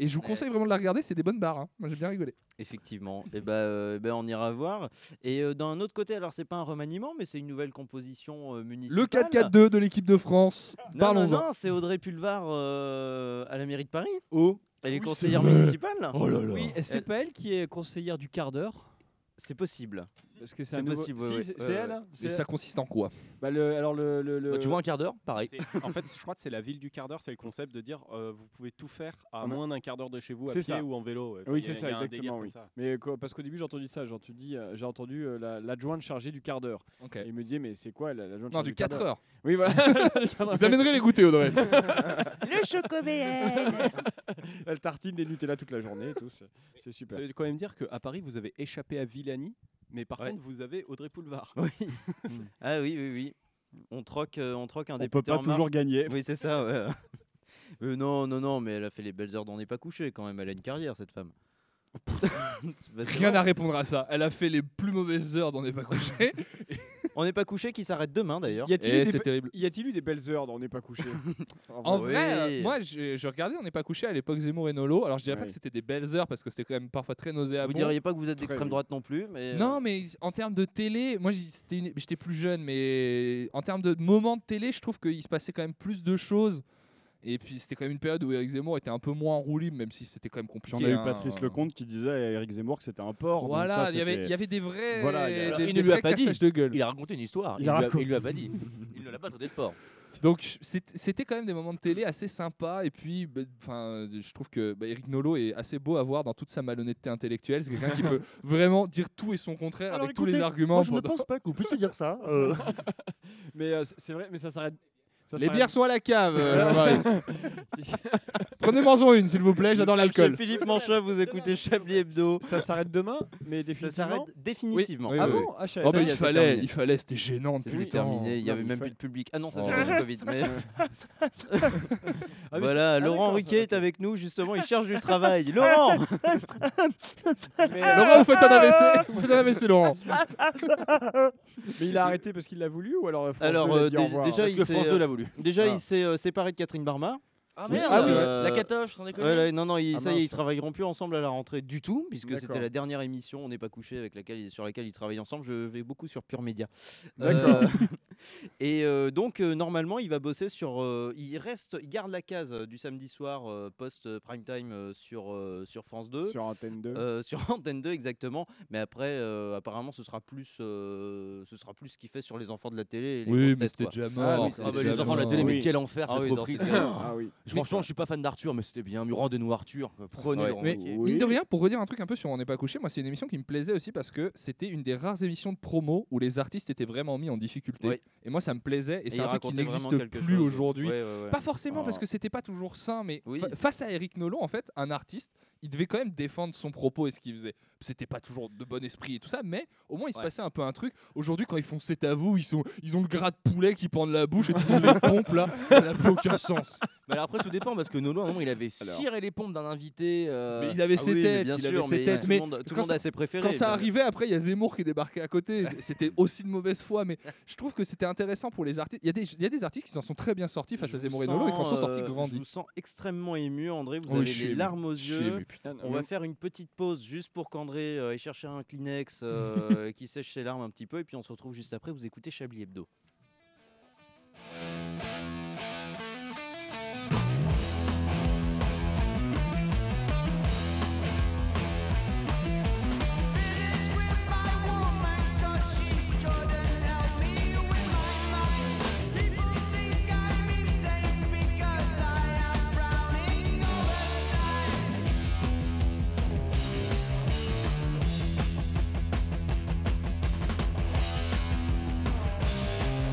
[SPEAKER 12] Et je vous conseille vraiment de la regarder, c'est des bonnes barres. hein. Moi j'ai bien rigolé.
[SPEAKER 1] Effectivement. Et ben, euh, eh ben, on ira voir. Et euh, d'un autre côté, alors c'est pas un remaniement, mais c'est une nouvelle composition euh, municipale.
[SPEAKER 12] Le 4-4-2 de l'équipe de France.
[SPEAKER 1] Non, non,
[SPEAKER 12] Parlons-en.
[SPEAKER 1] non, c'est Audrey Pulvar euh, à la mairie de Paris.
[SPEAKER 12] Oh.
[SPEAKER 1] Elle est
[SPEAKER 12] Oui,
[SPEAKER 1] conseillère
[SPEAKER 12] c'est vrai.
[SPEAKER 1] municipale.
[SPEAKER 12] Oh là là.
[SPEAKER 14] Oui, et c'est
[SPEAKER 1] Elle-
[SPEAKER 14] pas elle qui est conseillère du quart d'heure
[SPEAKER 1] C'est possible.
[SPEAKER 14] Parce que
[SPEAKER 1] C'est
[SPEAKER 14] un nouveau-
[SPEAKER 1] possible, ouais,
[SPEAKER 14] Si,
[SPEAKER 1] ouais.
[SPEAKER 14] c'est- c'est
[SPEAKER 1] Ouais, ouais.
[SPEAKER 14] elle. hein
[SPEAKER 1] Et
[SPEAKER 14] C'est
[SPEAKER 12] ça
[SPEAKER 14] elle.
[SPEAKER 12] consiste en quoi
[SPEAKER 14] Bah, le- alors le, le- le-
[SPEAKER 15] Bah, tu vois un quart d'heure, pareil.
[SPEAKER 16] C'est- En fait, je crois que c'est la ville du quart d'heure, c'est le concept de dire euh, vous pouvez tout faire à
[SPEAKER 14] En un-
[SPEAKER 16] moins d'un quart d'heure de chez vous, à
[SPEAKER 14] Ah C'est
[SPEAKER 16] pied
[SPEAKER 14] ça.
[SPEAKER 16] ou en vélo. ouais. Enfin,
[SPEAKER 14] oui,
[SPEAKER 16] il y a-
[SPEAKER 14] c'est ça,
[SPEAKER 16] il y a un délire
[SPEAKER 14] exactement.
[SPEAKER 16] comme
[SPEAKER 14] oui.
[SPEAKER 16] ça.
[SPEAKER 14] Mais quoi, parce qu'au début, j'ai entendu ça. J'ai entendu, euh, j'ai entendu euh, la- l'adjointe chargée du quart d'heure.
[SPEAKER 12] Et
[SPEAKER 14] il me disait, mais c'est quoi la- l'adjointe
[SPEAKER 12] Non,
[SPEAKER 14] chargée
[SPEAKER 12] du
[SPEAKER 14] quart
[SPEAKER 12] 4 heures.
[SPEAKER 14] Oui, *laughs* voilà. Du quart d'heure.
[SPEAKER 12] Vous amènerez les goûters, Audrey.
[SPEAKER 14] Le
[SPEAKER 16] chocobéel.
[SPEAKER 14] Elle tartine des Nutella toute la journée et tout. c'est- C'est super.
[SPEAKER 16] Ça veut quand même dire qu'à Paris, vous avez échappé à Villani, mais par contre, vous avez Audrey Poulevard.
[SPEAKER 1] Oui. ah oui, oui, oui. On troque, euh, on troque un
[SPEAKER 13] On
[SPEAKER 1] député
[SPEAKER 13] peut pas
[SPEAKER 1] en marche.
[SPEAKER 13] toujours gagner.
[SPEAKER 1] Oui, c'est ça. ouais. *laughs* Euh, non, non, non, mais elle a fait les belles heures d'en est pas couché quand même. Elle a une carrière,
[SPEAKER 12] *laughs*
[SPEAKER 1] cette femme. Bah, c'est
[SPEAKER 12] Rien
[SPEAKER 1] vrai.
[SPEAKER 12] à répondre à ça. Elle a fait les plus mauvaises heures dans n'est pas couché.
[SPEAKER 1] On n'est pas couché qui s'arrête demain d'ailleurs.
[SPEAKER 14] Y a-t-il eu, des be-
[SPEAKER 12] terrible.
[SPEAKER 14] y a-t-il eu des belles heures dans On n'est pas couché
[SPEAKER 12] En vrai, euh, moi, je, je regardais On n'est pas couché à l'époque Zemmour et Nolo. Alors, je dirais pas
[SPEAKER 14] Ouais.
[SPEAKER 12] que c'était des belles heures parce que c'était quand même parfois très nauséabond.
[SPEAKER 1] Vous diriez pas que vous êtes
[SPEAKER 12] Très
[SPEAKER 1] d'extrême
[SPEAKER 12] oui.
[SPEAKER 1] droite non plus, mais. euh,
[SPEAKER 12] Non, mais en termes de télé, moi j'y- c'était une- j'étais plus jeune, mais en termes de moments de télé, je trouve qu'il se passait quand même plus de choses. Et puis c'était quand même une période où Eric Zemmour était un peu moins en roue libre, même si c'était quand même compliqué.
[SPEAKER 13] J'en ai eu
[SPEAKER 12] hein.
[SPEAKER 13] Patrice Lecomte qui disait à Eric Zemmour que c'était un porc. donc
[SPEAKER 12] Voilà,
[SPEAKER 13] ça,
[SPEAKER 12] il y avait-
[SPEAKER 13] c'était-
[SPEAKER 12] il y avait des vrais-
[SPEAKER 13] Voilà, il y a-
[SPEAKER 12] des-
[SPEAKER 15] il
[SPEAKER 12] des
[SPEAKER 15] ne lui a
[SPEAKER 12] vrais
[SPEAKER 15] pas dit.
[SPEAKER 12] cassages de gueule.
[SPEAKER 15] Il a raconté une histoire.
[SPEAKER 12] Il
[SPEAKER 15] Il,
[SPEAKER 12] a
[SPEAKER 15] lui,
[SPEAKER 12] racont-
[SPEAKER 15] a, il lui a pas dit. Il ne l'a pas traité de porc.
[SPEAKER 12] Donc c'est- c'était quand même des moments de télé assez sympas. Et puis, bah, enfin, je trouve que bah, Eric Nolot est assez beau à voir dans toute sa malhonnêteté intellectuelle. C'est
[SPEAKER 15] *laughs*
[SPEAKER 12] quelqu'un qui peut vraiment dire tout et son contraire avec tous les arguments. pendant-
[SPEAKER 14] pas qu'on puisse dire ça. mais euh, c'est- c'est vrai, mais ça s'arrête. ça
[SPEAKER 12] Les
[SPEAKER 14] s'arrête-
[SPEAKER 12] bières sont à la cave, euh, Jean-Marie. Prenez-moi-en une, s'il vous plaît, j'adore
[SPEAKER 1] Vous
[SPEAKER 12] l'alcool.
[SPEAKER 1] cherchez Philippe Mancha, vous écoutez Chablis Hebdo.
[SPEAKER 14] Ça s'arrête demain, mais Ah
[SPEAKER 1] Ça s'arrête définitivement. Ah
[SPEAKER 12] Oui, oui, oui. Oh, bah, il fallait, il fallait, c'était gênant.
[SPEAKER 1] C'était terminé, il y avait même plus de public. Ah non, ça c'est
[SPEAKER 12] le
[SPEAKER 1] le Covid. Mais...
[SPEAKER 12] mais
[SPEAKER 1] voilà,
[SPEAKER 12] c'est- ah,
[SPEAKER 1] Laurent
[SPEAKER 12] d'accord,
[SPEAKER 1] Ruquier est avec nous justement, il cherche du travail. Laurent
[SPEAKER 12] euh, Laurent, vous
[SPEAKER 14] euh,
[SPEAKER 12] faites un AVC Vous faites un AVC, Laurent
[SPEAKER 15] Ah,
[SPEAKER 14] Mais il a arrêté parce qu'il l'a voulu ou alors France
[SPEAKER 1] Alors
[SPEAKER 14] 2 l'a
[SPEAKER 1] euh,
[SPEAKER 14] dit
[SPEAKER 1] dé-
[SPEAKER 14] au revoir
[SPEAKER 1] déjà, il s'est, euh, déjà il s'est euh, séparé de Catherine Barma.
[SPEAKER 15] Ah
[SPEAKER 14] merde,
[SPEAKER 1] oui,
[SPEAKER 14] c'est vrai.
[SPEAKER 1] euh,
[SPEAKER 15] La catoche, sans déconner.
[SPEAKER 1] ouais, ouais, non, non, il-
[SPEAKER 15] Ah
[SPEAKER 1] ça y est,
[SPEAKER 15] mince.
[SPEAKER 1] ils travailleront plus ensemble à la rentrée du tout, puisque c'était
[SPEAKER 15] D'accord.
[SPEAKER 1] la dernière émission, on n'est pas couché, avec laquelle, sur laquelle ils travaillent ensemble. Je vais beaucoup sur Pure Média. Euh,
[SPEAKER 15] D'accord.
[SPEAKER 1] *laughs* et euh, donc, euh, normalement, il va bosser sur. euh, il reste, il garde la case euh, du samedi soir euh, post prime time euh, sur euh, sur France 2.
[SPEAKER 14] Sur Antenne
[SPEAKER 12] Mmh.
[SPEAKER 14] 2.
[SPEAKER 1] Euh, *laughs* sur Antenne 2 exactement. Mais après, euh, apparemment, ce sera plus, euh, ce sera plus ce qu'il fait sur les enfants de la télé. et les
[SPEAKER 12] Oui,
[SPEAKER 1] grosses
[SPEAKER 12] mais
[SPEAKER 1] têtes,
[SPEAKER 12] c'était
[SPEAKER 1] quoi.
[SPEAKER 12] déjà mort,
[SPEAKER 1] oui,
[SPEAKER 12] c'était
[SPEAKER 1] c'était
[SPEAKER 15] Ah bah,
[SPEAKER 1] déjà
[SPEAKER 15] les enfants de la
[SPEAKER 1] mort.
[SPEAKER 15] télé, mais
[SPEAKER 1] Oui.
[SPEAKER 15] quel enfer
[SPEAKER 1] Ah
[SPEAKER 15] cette
[SPEAKER 1] oui,
[SPEAKER 12] *laughs*
[SPEAKER 1] les
[SPEAKER 15] reprise.
[SPEAKER 1] enfants de la télé.
[SPEAKER 14] Ah
[SPEAKER 15] Je- Franchement, je suis pas fan d'Arthur, mais c'était bien. Mirandez-nous Arthur. Prenez Laurent
[SPEAKER 14] Ah
[SPEAKER 12] Mais
[SPEAKER 15] Ruquier.
[SPEAKER 12] mine de rien, pour redire un truc un peu sur On n'est pas couché, moi c'est une émission qui me plaisait aussi parce que c'était une des rares émissions de promo où les artistes étaient vraiment mis en difficulté.
[SPEAKER 1] Oui.
[SPEAKER 12] Et moi ça me plaisait et
[SPEAKER 1] Et
[SPEAKER 12] c'est
[SPEAKER 1] ils
[SPEAKER 12] un truc qui
[SPEAKER 1] racontaient vraiment
[SPEAKER 12] n'existe
[SPEAKER 1] quelque
[SPEAKER 12] plus
[SPEAKER 1] chose.
[SPEAKER 12] aujourd'hui.
[SPEAKER 1] Ouais, ouais, ouais.
[SPEAKER 12] Pas forcément parce
[SPEAKER 1] Oh.
[SPEAKER 12] que c'était pas toujours sain, mais fa- face à Eric Nolot, en fait, un artiste, il devait quand même défendre son propos et ce qu'il faisait. C'était pas toujours de bon esprit et tout ça, mais au moins il se passait un peu un truc. Aujourd'hui, quand ils font C'est à vous, ils, sont, ils ont le gras de poulet qui pend de la bouche et tout le monde
[SPEAKER 1] *laughs*
[SPEAKER 12] les pompe là. Ça n'a plus aucun sens.
[SPEAKER 15] Mais alors après, tout dépend parce que Nolo, à un moment,
[SPEAKER 1] *laughs*
[SPEAKER 15] il avait
[SPEAKER 12] Alors.
[SPEAKER 15] ciré les pompes d'un invité. euh,
[SPEAKER 12] Mais il avait
[SPEAKER 15] ah
[SPEAKER 12] ses
[SPEAKER 15] oui, mais
[SPEAKER 12] têtes,
[SPEAKER 15] bien
[SPEAKER 12] il
[SPEAKER 15] sûr,
[SPEAKER 12] avait ses
[SPEAKER 15] mais
[SPEAKER 12] têtes.
[SPEAKER 15] tout
[SPEAKER 12] mais
[SPEAKER 15] le monde-
[SPEAKER 1] tout le monde
[SPEAKER 12] quand ça-
[SPEAKER 1] a ses préférés,
[SPEAKER 12] Quand ça
[SPEAKER 1] quoi.
[SPEAKER 12] arrivait, après, il y a Zemmour qui débarquait à
[SPEAKER 1] *laughs*
[SPEAKER 12] côté. C'était aussi de mauvaise foi, mais je trouve que c'était intéressant pour les artistes. Il y, a des- il y a des artistes qui s'en sont très bien sortis face à Zemmour et Nolo et qui en sont
[SPEAKER 1] sens,
[SPEAKER 12] sortis
[SPEAKER 1] euh, Je
[SPEAKER 12] grandis.
[SPEAKER 1] vous sens extrêmement ému, André. Vous
[SPEAKER 12] Oh, Oui,
[SPEAKER 1] avez
[SPEAKER 12] je suis
[SPEAKER 1] les
[SPEAKER 12] ému.
[SPEAKER 1] larmes aux
[SPEAKER 12] Je suis
[SPEAKER 1] yeux.
[SPEAKER 12] ému, Mmh. putain.
[SPEAKER 1] On va faire une petite pause juste pour qu'André euh, aille chercher
[SPEAKER 12] *laughs*
[SPEAKER 1] un Kleenex euh, qui sèche ses larmes un petit peu. Et puis on se retrouve juste après. Vous écoutez Chablis Hebdo.
[SPEAKER 17] Thank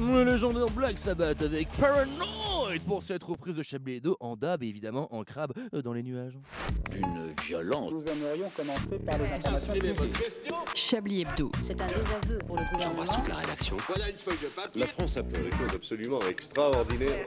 [SPEAKER 15] Le légendaire Black Sabbath avec Paranoid pour cette reprise de Chablis 2 en dab et évidemment en crabe euh, dans les nuages.
[SPEAKER 4] Une violence.
[SPEAKER 7] Nous aimerions commencer par les informations publiques.
[SPEAKER 9] Chablis Hebdo.
[SPEAKER 8] C'est un désaveu pour le gouvernement.
[SPEAKER 4] la rédaction. Voilà une feuille de
[SPEAKER 2] La France a fait des choses absolument extraordinaires.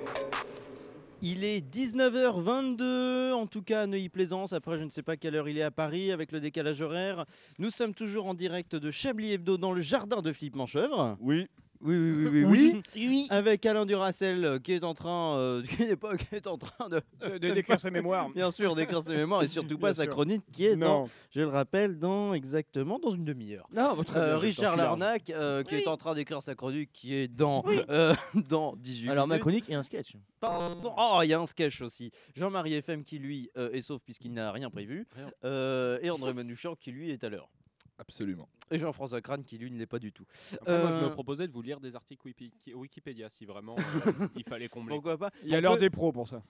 [SPEAKER 1] Il est 19h22, en tout cas à Neuilly-Plaisance. Après, je ne sais pas quelle heure il est à Paris avec le décalage horaire. Nous sommes toujours en direct de Chablis Hebdo dans le jardin de Philippe Manchevre.
[SPEAKER 13] Oui.
[SPEAKER 1] Oui, oui, oui, oui, oui. Avec Alain Duracel euh, qui est en train, euh, *laughs* qui n'est pas- qui est en train de,
[SPEAKER 14] De- de- d'écrire ses mémoires.
[SPEAKER 1] Bien sûr, d'écrire ses mémoires et surtout pas
[SPEAKER 14] Bien
[SPEAKER 1] sa
[SPEAKER 14] sûr.
[SPEAKER 1] chronique qui est,
[SPEAKER 14] Non.
[SPEAKER 1] dans, je le rappelle, dans exactement dans une demi-heure. Euh,
[SPEAKER 14] Non, bah, très bien, j'attends, je
[SPEAKER 1] Richard
[SPEAKER 14] suis large.
[SPEAKER 1] Larnac euh, qui est en train d'écrire sa chronique qui est dans euh, *laughs* dans 18
[SPEAKER 15] Alors, ma
[SPEAKER 1] minutes.
[SPEAKER 15] chronique et un sketch.
[SPEAKER 1] Pardon. Oh, il y a un sketch aussi. Jean-Marie FM qui, lui, euh, est sauf puisqu'il n'a rien prévu. Euh, et André Manouchian qui, lui, est à l'heure. *laughs*
[SPEAKER 12] Absolument.
[SPEAKER 1] Et Jean-François Crane qui, lui, ne l'est pas du tout.
[SPEAKER 17] Après, moi, je
[SPEAKER 1] Euh,
[SPEAKER 17] me proposais de vous lire des articles Wiki- Wikipédia si vraiment euh, il fallait combler.
[SPEAKER 1] Pourquoi pas
[SPEAKER 14] Il y a
[SPEAKER 1] On
[SPEAKER 14] l'heure
[SPEAKER 1] peut-
[SPEAKER 14] des pros pour ça.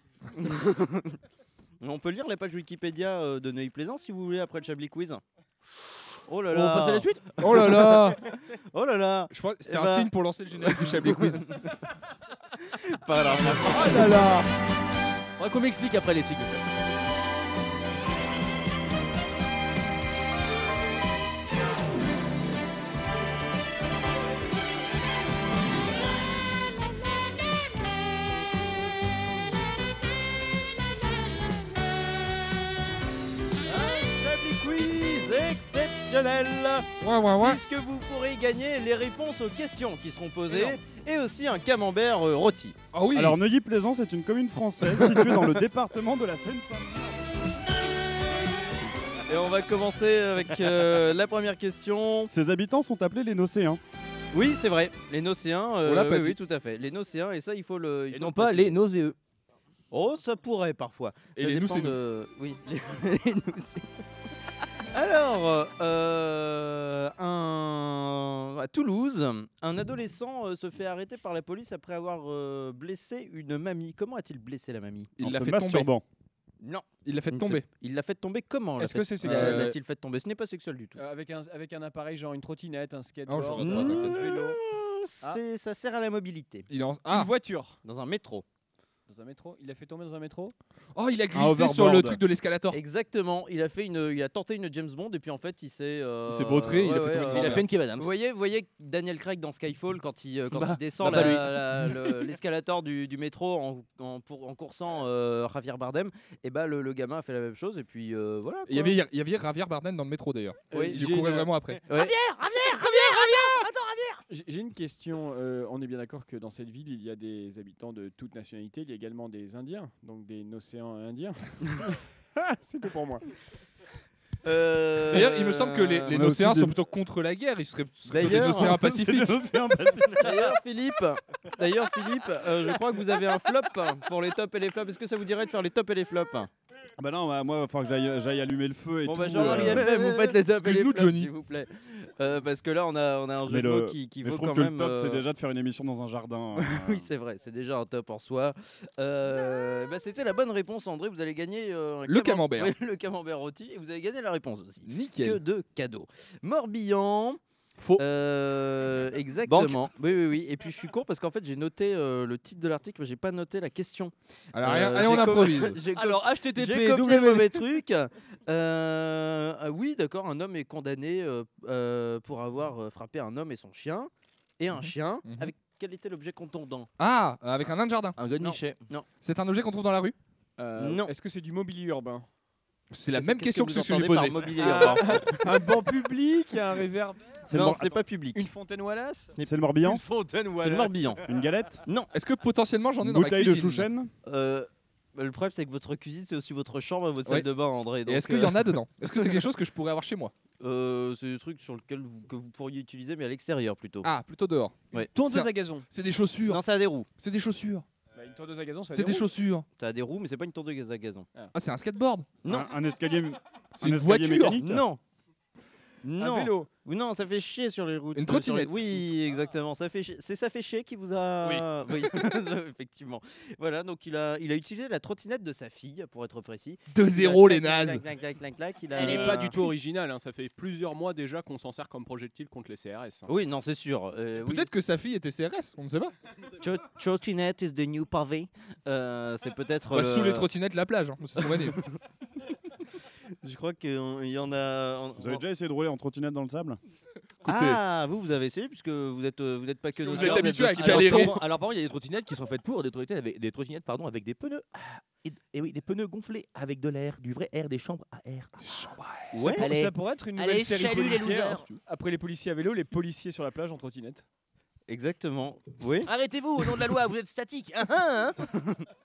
[SPEAKER 1] On peut lire la page Wikipédia euh, de Neuilly Plaisant si vous voulez après le Chablis Quiz. Oh là
[SPEAKER 15] On
[SPEAKER 1] là
[SPEAKER 15] passe à la suite
[SPEAKER 12] Oh là là
[SPEAKER 1] Oh là là
[SPEAKER 12] Je pense que c'était
[SPEAKER 1] Eh
[SPEAKER 12] un
[SPEAKER 1] ben-
[SPEAKER 12] signe pour lancer le générique du Chablis
[SPEAKER 1] *laughs*
[SPEAKER 12] Quiz.
[SPEAKER 1] Pas là.
[SPEAKER 12] Oh là là
[SPEAKER 15] Faudra qu'on m'explique après les sigles.
[SPEAKER 1] Chablis Quiz exceptionnel Puisque vous pourrez gagner les réponses aux questions qui seront posées
[SPEAKER 13] Énorme.
[SPEAKER 1] et aussi un camembert euh, rôti.
[SPEAKER 12] Ah oui
[SPEAKER 13] Alors Neuilly-Plaisance est une commune française située dans le département de la Seine-Saint-Denis.
[SPEAKER 1] Et on va commencer avec euh, la première question.
[SPEAKER 13] Ses habitants sont appelés les Nocéens.
[SPEAKER 1] Oui, c'est vrai, les Nocéens. euh,
[SPEAKER 13] On l'a pas
[SPEAKER 1] oui,
[SPEAKER 13] dit.
[SPEAKER 1] oui, tout à fait. Les Nocéens, et ça, il faut le.
[SPEAKER 15] Et non pas les nauséeux.
[SPEAKER 1] Oh, ça pourrait parfois.
[SPEAKER 15] Et
[SPEAKER 1] Ça
[SPEAKER 15] les nous,
[SPEAKER 1] dépend
[SPEAKER 15] c'est nous.
[SPEAKER 1] de- Oui, *laughs* les, les nous, c'est- Alors, euh, un... à Toulouse, un adolescent euh, se fait arrêter par la police après avoir euh, blessé une mamie. Comment a-t-il blessé la mamie
[SPEAKER 12] Il En l'a se fait tomber. *laughs* masturbant.
[SPEAKER 1] Non.
[SPEAKER 12] Il l'a fait
[SPEAKER 1] Je ne
[SPEAKER 12] tomber.
[SPEAKER 1] sais- Il l'a fait tomber comment
[SPEAKER 12] Est-ce que c'est
[SPEAKER 1] sexuel
[SPEAKER 12] sexuel
[SPEAKER 1] L'a-t-il fait tomber Ce n'est pas sexuel du tout.
[SPEAKER 14] Euh, avec, un, avec un appareil genre une trottinette, un
[SPEAKER 1] Non,
[SPEAKER 17] Oh,
[SPEAKER 14] skateboard,
[SPEAKER 1] genre,
[SPEAKER 14] un
[SPEAKER 1] attends,
[SPEAKER 14] vélo.
[SPEAKER 1] attends, Mmh,
[SPEAKER 12] Ah.
[SPEAKER 1] C'est- Ça sert à la mobilité.
[SPEAKER 12] Il est en-
[SPEAKER 14] Une
[SPEAKER 12] Ah
[SPEAKER 14] voiture.
[SPEAKER 1] Dans un métro.
[SPEAKER 14] Dans un métro Il a fait tomber dans un métro
[SPEAKER 12] Oh, il a glissé sur le truc de l'escalator.
[SPEAKER 1] Exactement, il a, fait une, il a tenté une James Bond et puis en fait il s'est. euh,
[SPEAKER 12] Il s'est vautré, il a fait tomber le
[SPEAKER 15] Il a fait une Kev Adams.
[SPEAKER 1] Vous voyez, vous voyez Daniel Craig dans Skyfall quand il, euh, quand
[SPEAKER 15] Bah,
[SPEAKER 1] il descend
[SPEAKER 15] bah, pas
[SPEAKER 1] la-
[SPEAKER 15] lui.
[SPEAKER 1] la-
[SPEAKER 15] *laughs*
[SPEAKER 1] le- l'escalator du, du métro en, en, pour- en coursant euh, Javier Bardem, et bah le, le gamin a fait la même chose et puis euh, voilà.
[SPEAKER 12] Il y, avait, il y avait Javier Bardem dans le métro d'ailleurs.
[SPEAKER 14] Euh,
[SPEAKER 1] Oui. Euh,
[SPEAKER 12] il
[SPEAKER 1] J'ai
[SPEAKER 12] courait
[SPEAKER 1] une-
[SPEAKER 12] vraiment après.
[SPEAKER 1] Ouais.
[SPEAKER 18] Eh,
[SPEAKER 1] Javier,
[SPEAKER 12] Javier,
[SPEAKER 14] J'ai j'ai une question. euh, on est bien d'accord que dans cette ville, il y a des habitants de toute nationalité. Il y a également des Indiens, donc des océans indiens. *laughs* C'était pour moi.
[SPEAKER 1] Euh,
[SPEAKER 12] D'ailleurs, il me semble que les, les
[SPEAKER 14] On a
[SPEAKER 12] Nocéens
[SPEAKER 14] aussi des-
[SPEAKER 12] sont plutôt contre la guerre. Ils seraient, seraient plutôt
[SPEAKER 1] D'ailleurs-
[SPEAKER 12] des Nocéens pacifiques.
[SPEAKER 1] *laughs* Des Nocéens pacifiques. D'ailleurs, Philippe, d'ailleurs, Philippe euh, je crois que vous avez un flop pour les tops et les flops. Est-ce que ça vous dirait de faire les tops et les flops
[SPEAKER 13] *laughs* Bah non, bah, moi, il va falloir que j'aille- j'aille allumer le feu et
[SPEAKER 1] Bon
[SPEAKER 13] tout.
[SPEAKER 1] bah Jean-Marie
[SPEAKER 13] euh,
[SPEAKER 1] FM, *laughs* vous faites les tops et les
[SPEAKER 13] excuse-nous,
[SPEAKER 1] flops,
[SPEAKER 13] Johnny.
[SPEAKER 1] s'il vous plaît. Euh, parce que là, on a, on a un jeu
[SPEAKER 13] Mais
[SPEAKER 1] de
[SPEAKER 13] le-
[SPEAKER 1] mots qui, qui
[SPEAKER 13] mais je
[SPEAKER 1] vaut
[SPEAKER 13] trouve
[SPEAKER 1] quand
[SPEAKER 13] que
[SPEAKER 1] même...
[SPEAKER 13] le top, c'est
[SPEAKER 1] euh,
[SPEAKER 13] déjà de faire une émission dans un jardin.
[SPEAKER 1] *laughs*
[SPEAKER 13] euh,
[SPEAKER 1] oui, c'est vrai, c'est déjà un top en soi. Euh, bah, C'était la bonne réponse, André. Vous allez gagner euh, un
[SPEAKER 12] Le
[SPEAKER 1] camem-
[SPEAKER 12] camembert.
[SPEAKER 1] oui, *laughs* le camembert rôti et vous allez gagner la réponse aussi.
[SPEAKER 12] Nickel.
[SPEAKER 1] Que de cadeaux. Morbihan. Euh,
[SPEAKER 12] Faux.
[SPEAKER 1] exactement. Oui, oui, oui. Et puis je suis court parce qu'en fait j'ai noté euh, le titre de l'article, mais j'ai pas noté la question.
[SPEAKER 12] Alors, rien- allez, on
[SPEAKER 1] Euh, j'ai co-
[SPEAKER 12] improvise.
[SPEAKER 1] *laughs* j'ai co-
[SPEAKER 15] Alors, HTTP,
[SPEAKER 1] J'ai copié le
[SPEAKER 15] www.
[SPEAKER 1] mauvais truc. Euh, ah oui, d'accord. Un homme est condamné euh, euh, pour avoir euh, frappé un homme et son chien et
[SPEAKER 12] Mhm.
[SPEAKER 1] un chien avec quel était l'objet contondant
[SPEAKER 12] Ah, avec un nain de jardin.
[SPEAKER 15] Un
[SPEAKER 1] de Non. Michel. Non.
[SPEAKER 12] C'est un objet qu'on trouve dans la rue
[SPEAKER 1] Non.
[SPEAKER 14] Euh, Est-ce que c'est du mobilier urbain
[SPEAKER 12] C'est la même
[SPEAKER 1] qu'est-ce
[SPEAKER 12] question
[SPEAKER 1] que
[SPEAKER 12] que
[SPEAKER 1] vous
[SPEAKER 12] celle que j'ai
[SPEAKER 1] entendez
[SPEAKER 12] posée. Ah.
[SPEAKER 1] par mobilier urbain
[SPEAKER 14] *laughs* Un banc public, un réverb.
[SPEAKER 13] C'est le
[SPEAKER 1] non,
[SPEAKER 13] Mor-
[SPEAKER 1] c'est pas *laughs* public.
[SPEAKER 14] Une fontaine Wallace
[SPEAKER 13] C'est le Morbihan
[SPEAKER 1] Une fontaine
[SPEAKER 13] C'est le Morbihan. Une galette
[SPEAKER 1] Non.
[SPEAKER 12] Est-ce que potentiellement j'en ai
[SPEAKER 13] Une
[SPEAKER 12] dans ma
[SPEAKER 13] bouteille
[SPEAKER 12] cuisine
[SPEAKER 13] de chouchen
[SPEAKER 1] Euh, bah, le problème, c'est que votre cuisine, c'est aussi votre chambre et votre
[SPEAKER 12] Ouais.
[SPEAKER 1] salle de bain, André.
[SPEAKER 12] Et est-ce qu'il y en a
[SPEAKER 1] *laughs*
[SPEAKER 12] dedans Est-ce que c'est quelque chose que je pourrais avoir chez moi
[SPEAKER 1] Euh, c'est des trucs sur lesquels vous, que vous pourriez utiliser, mais à l'extérieur plutôt.
[SPEAKER 12] Ah, plutôt dehors.
[SPEAKER 1] Ouais.
[SPEAKER 12] C'est un- C'est des chaussures.
[SPEAKER 1] Non, ça a des roues.
[SPEAKER 12] C'est des chaussures.
[SPEAKER 14] Bah, une tondeuse à gazon, ça a
[SPEAKER 12] C'est des
[SPEAKER 14] roues.
[SPEAKER 12] chaussures.
[SPEAKER 1] Ça a des roues, mais c'est pas une tondeuse à gazon.
[SPEAKER 12] Ah, c'est un skateboard.
[SPEAKER 1] Non.
[SPEAKER 13] Un escalier.
[SPEAKER 12] C'est une voiture.
[SPEAKER 1] Non. Non.
[SPEAKER 14] Un vélo.
[SPEAKER 1] Oui, non, ça fait chier sur les routes.
[SPEAKER 14] Une
[SPEAKER 1] euh, sur les-
[SPEAKER 14] trottinette.
[SPEAKER 1] Oui, exactement. Ça fait chier- C'est ça fait chier qui vous a. *laughs*
[SPEAKER 14] Oui.
[SPEAKER 1] effectivement. Voilà, donc il a, il a utilisé la trottinette de sa fille, pour être précis.
[SPEAKER 12] 2-0, les
[SPEAKER 1] Clac,
[SPEAKER 12] nazes.
[SPEAKER 1] clac, clac, clac, clac, il a-
[SPEAKER 17] Elle
[SPEAKER 14] Euh.
[SPEAKER 17] n'est pas du tout originale, hein, ça fait plusieurs mois déjà qu'on s'en sert comme projectile contre les CRS. hein.
[SPEAKER 1] Oui, non, c'est sûr.
[SPEAKER 12] Peut-être que sa fille était CRS, on ne sait pas.
[SPEAKER 1] Tro- Trottinette is the new pavé. Euh, c'est peut-être.
[SPEAKER 12] Bah, Sous
[SPEAKER 1] le-
[SPEAKER 12] les trottinettes, la plage, hein, c'est ce qu'on
[SPEAKER 1] *laughs*
[SPEAKER 12] m'a dit.
[SPEAKER 1] Je crois qu'il y en a. on-
[SPEAKER 13] Vous avez
[SPEAKER 1] on-
[SPEAKER 13] déjà essayé de rouler en trottinette dans le sable
[SPEAKER 1] Ah, vous, vous avez essayé, puisque vous êtes, euh, vous n'êtes pas que nous.
[SPEAKER 15] Alors,
[SPEAKER 1] seuls,
[SPEAKER 15] alors,
[SPEAKER 1] aussi-
[SPEAKER 15] par contre- Alors, par contre, il y a des trottinettes qui sont faites pour, des trottinettes avec des, trottinettes, pardon, avec des pneus. ah, Et, et oui, des pneus gonflés avec de l'air, du vrai air, des chambres à air. Des chambres à
[SPEAKER 14] Ça, pour- ça pourrait être une nouvelle série policière. Après les policiers à vélo, les policiers sur la plage en trottinette.
[SPEAKER 1] Exactement. Oui.
[SPEAKER 15] Arrêtez-vous, au nom de la loi, vous êtes statique. Hein, hein, hein.
[SPEAKER 1] *laughs*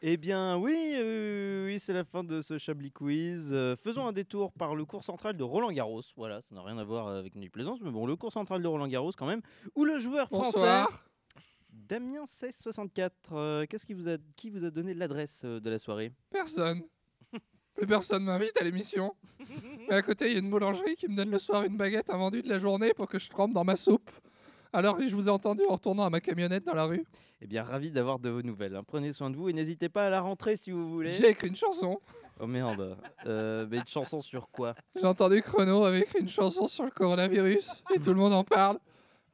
[SPEAKER 1] Eh bien, oui, euh, oui, c'est la fin de ce Chablis Quiz. Euh, faisons un détour par le cours central de Roland Garros. Voilà, ça n'a rien à voir avec une plaisance, mais bon, le cours central de Roland Garros quand même, où le joueur
[SPEAKER 12] Bonsoir.
[SPEAKER 1] français Damien 1664. euh, Qu'est-ce qui vous a, qui vous a donné l'adresse euh, de la soirée
[SPEAKER 12] Personne. Plus personne m'invite à l'émission. Mais à côté, il y a une boulangerie qui me donne le soir une baguette invendue de la journée pour que je trempe dans ma soupe. Alors que je vous ai entendu en retournant à ma camionnette dans la rue.
[SPEAKER 1] Eh bien, ravi d'avoir de vos nouvelles. hein. Prenez soin de vous et n'hésitez pas à la rentrée si vous voulez.
[SPEAKER 12] J'ai écrit une chanson.
[SPEAKER 1] Oh merde. Euh, mais une chanson sur quoi
[SPEAKER 12] J'ai entendu que Renaud avait écrit une chanson sur le coronavirus et tout le monde en parle.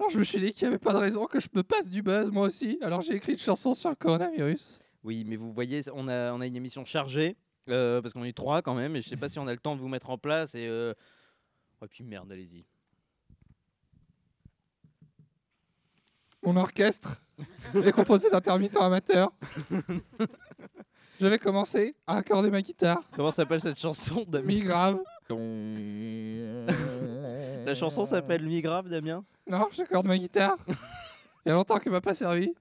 [SPEAKER 12] Alors je me suis dit qu'il n'y avait pas de raison que je me passe du buzz moi aussi. Alors j'ai écrit une chanson sur le coronavirus.
[SPEAKER 1] Oui, mais vous voyez, on a, on a une émission chargée, euh, parce qu'on est trois quand même, et je sais pas si on a le temps de vous mettre en place, et... Euh... Oh, et puis merde, allez-y.
[SPEAKER 12] Mon orchestre est composé d'intermittents amateurs. J'avais commencé à accorder ma guitare.
[SPEAKER 1] Comment s'appelle cette chanson, Damien
[SPEAKER 12] Mi grave.
[SPEAKER 1] La chanson s'appelle Mi grave, Damien
[SPEAKER 12] Non, j'accorde ma guitare. Il y a longtemps qu'elle m'a pas servi.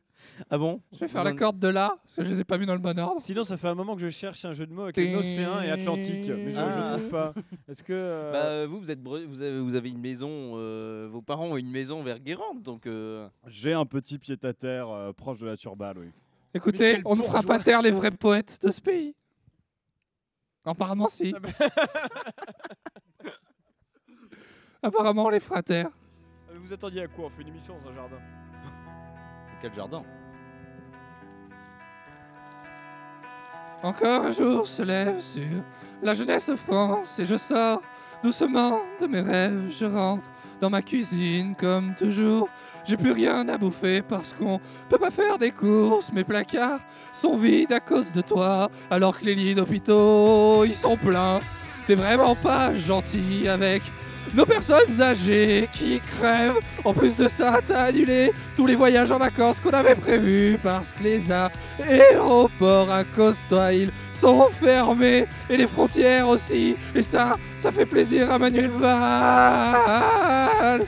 [SPEAKER 1] Ah bon
[SPEAKER 12] Je vais faire la corde de là, parce que je les ai pas mis dans le bon ordre.
[SPEAKER 14] Sinon, ça fait un moment que je cherche un jeu de mots avec l'océan et Atlantique, mais je, je
[SPEAKER 1] Ah.
[SPEAKER 14] trouve pas. Est-ce que euh,
[SPEAKER 1] Bah, euh, vous, vous, êtes bre- vous, avez, vous avez une maison, euh, vos parents ont une maison vers Guérande, donc... euh,
[SPEAKER 13] J'ai un petit pied à terre euh, proche de la turbale, oui.
[SPEAKER 12] Écoutez, on ne fera pas taire les vrais poètes de ce pays. Apparemment, si. Apparemment, on les fera taire.
[SPEAKER 14] vous vous attendiez à quoi On fait une émission dans un jardin.
[SPEAKER 1] Quel jardin
[SPEAKER 12] Encore un jour se lève sur la jeunesse France et je sors doucement de mes rêves. Je rentre dans ma cuisine comme toujours. J'ai plus rien à bouffer parce qu'on peut pas faire des courses. Mes placards sont vides à cause de toi alors que les lits d'hôpitaux ils sont pleins. T'es vraiment pas gentil avec nos personnes âgées qui crèvent. En plus de ça, t'as annulé tous les voyages en vacances qu'on avait prévus parce que les aéroports à cause de toi, ils sont fermés et les frontières aussi. Et ça, ça fait plaisir à Manuel Valls.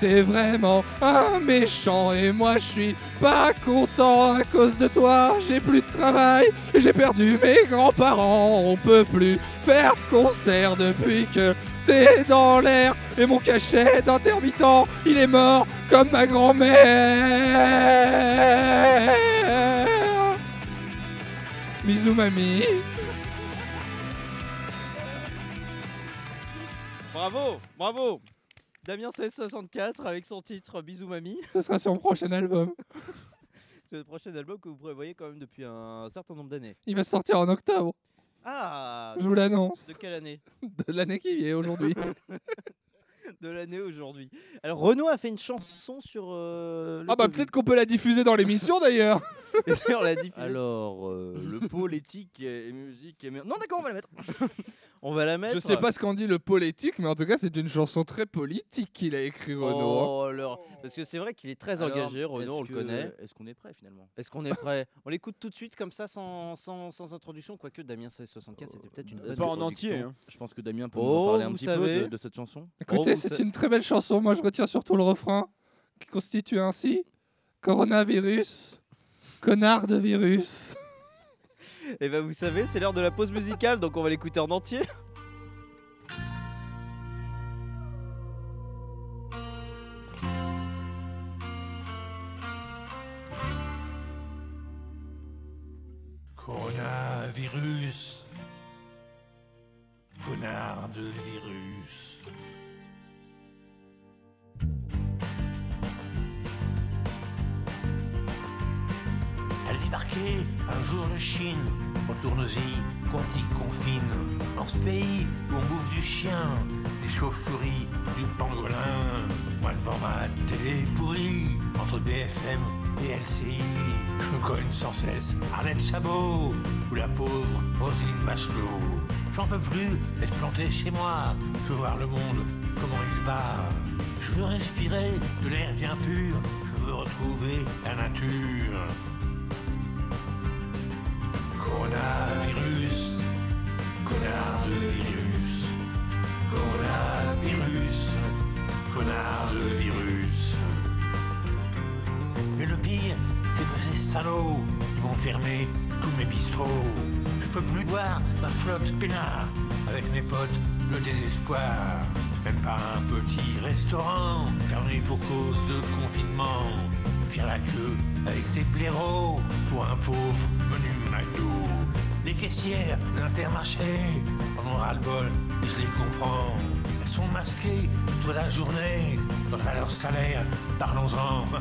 [SPEAKER 12] T'es vraiment un méchant et moi je suis pas content à cause de toi. J'ai plus de travail et j'ai perdu mes grands-parents. On peut plus faire de concert depuis que t'es dans l'air. Et mon cachet d'intermittent, il est mort comme ma grand-mère. Bisous mamie.
[SPEAKER 1] Bravo, bravo Damien 1664 avec son titre Bisous Mamie. *laughs*
[SPEAKER 12] Ce sera sur mon prochain album.
[SPEAKER 1] C'est le prochain album que vous prévoyez quand même depuis un certain nombre d'années.
[SPEAKER 12] Il va sortir en octobre.
[SPEAKER 1] Ah
[SPEAKER 12] Je vous l'annonce.
[SPEAKER 1] De quelle année *laughs*
[SPEAKER 12] De l'année qui vient aujourd'hui.
[SPEAKER 1] De l'année aujourd'hui. Alors Renaud a fait une chanson sur. euh, le
[SPEAKER 12] Ah bah
[SPEAKER 1] Covid. *laughs*
[SPEAKER 12] peut-être qu'on peut la diffuser dans l'émission d'ailleurs.
[SPEAKER 1] Et si on la diffusait
[SPEAKER 15] Alors, euh, le pôle éthique et et musique et mer- Non, d'accord, on va la mettre.
[SPEAKER 1] *laughs* On va la mettre.
[SPEAKER 12] Je sais pas ce qu'on dit le politique, mais en tout cas c'est une chanson très politique qu'il a écrit Renaud. hein.
[SPEAKER 1] Oh, alors, parce que c'est vrai qu'il est très
[SPEAKER 15] Alors,
[SPEAKER 1] engagé, Renaud,
[SPEAKER 15] est-ce
[SPEAKER 1] on le
[SPEAKER 15] que-
[SPEAKER 1] connaît.
[SPEAKER 15] Est-ce qu'on est prêt finalement
[SPEAKER 1] Est-ce qu'on est prêt On l'écoute tout de suite comme ça, sans, sans, sans introduction, quoique Damien 64 c'était peut-être une bonne introduction.
[SPEAKER 15] Bah, Je pense que Damien peut nous en
[SPEAKER 1] hein. Oh,
[SPEAKER 15] parler un
[SPEAKER 1] vous
[SPEAKER 15] petit
[SPEAKER 1] savez.
[SPEAKER 15] peu de, de cette chanson.
[SPEAKER 12] Écoutez,
[SPEAKER 1] Oh,
[SPEAKER 12] c'est
[SPEAKER 1] c'est-
[SPEAKER 12] une très belle chanson. Moi je retiens surtout le refrain qui constitue ainsi Coronavirus, connard de virus.
[SPEAKER 1] Et bah vous savez, c'est l'heure de la pause musicale, donc on va l'écouter en entier.
[SPEAKER 19] Coronavirus. Vous
[SPEAKER 20] connard de virus. Elle débarquait un jour de Chine, retourne-y quand y confine. Dans ce pays où on bouffe du chien, des chauves-souris, du pangolin. Moi devant ma télé pourrie, entre BFM et LCI, je me cogne sans cesse Arlette Chabot ou la pauvre Roselyne Bachelot. J'en peux plus d'être planté chez moi, je veux voir le monde, comment il va. Je veux respirer de l'air bien pur, je veux retrouver la nature. Coronavirus, connard de virus, coronavirus, connard de virus. Mais le pire, c'est que ces salauds, ils vont fermer tous mes bistrots. Je peux plus boire ma flotte peinard avec mes potes le désespoir. Même pas un petit restaurant fermé pour cause de confinement. Faire la queue avec ses blaireaux pour un pauvre menu McDo. Les caissières, l'intermarché, on aura le bol, et je les comprends. Elles sont masquées toute la journée, à leur salaire, parlons-en. *laughs*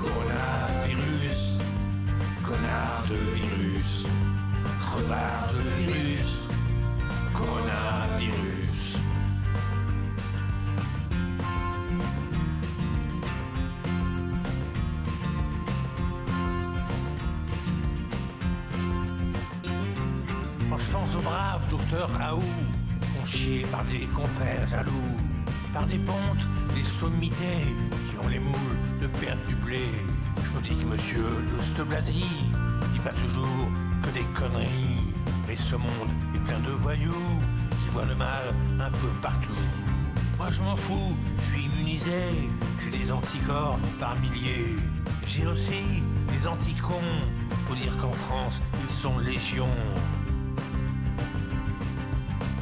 [SPEAKER 20] Coronavirus, connard de virus, crevard de virus, coronavirus. Quand je pense au brave docteur Raoult, conchié par des confrères jaloux, par des pontes, des sommités qui ont les moules de perdre du blé. Je me dis que monsieur de Blasi dit pas toujours que des conneries. Mais ce monde est plein de voyous qui voient le mal un peu partout. Moi je m'en fous, je suis immunisé, j'ai des anticorps par milliers. J'ai aussi des anticons, faut dire qu'en France ils sont légion.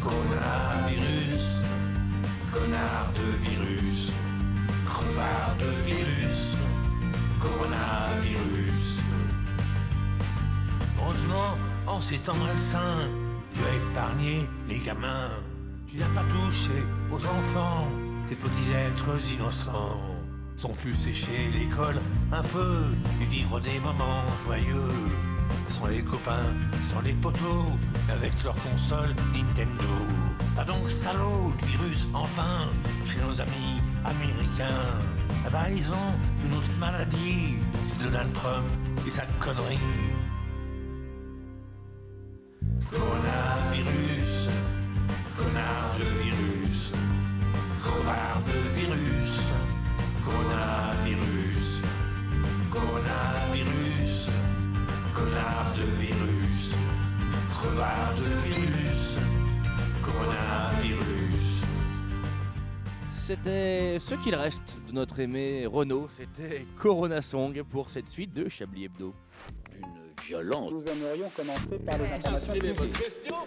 [SPEAKER 20] Coronavirus, connard de virus, crevard de virus, coronavirus. Heureusement, en ces temps malsains, tu as épargné les gamins. Tu n'as pas touché aux enfants, ces petits êtres innocents. Sont pu sécher l'école un peu et vivre des moments joyeux. Sans les copains, sans les poteaux, avec leur console Nintendo. Ah donc salaud, le virus enfin, chez nos amis américains. Ah bah ils ont une autre maladie, c'est Donald Trump et sa connerie. Coronavirus, connard de virus, crevard de virus, coronavirus, coronavirus, connard de virus, crevard de virus, coronavirus.
[SPEAKER 15] C'était ce qu'il reste de notre aimé Renault. C'était Corona Song pour cette suite de Chablis Hebdo. Une violence.
[SPEAKER 21] Nous aimerions commencer par les informations publiques.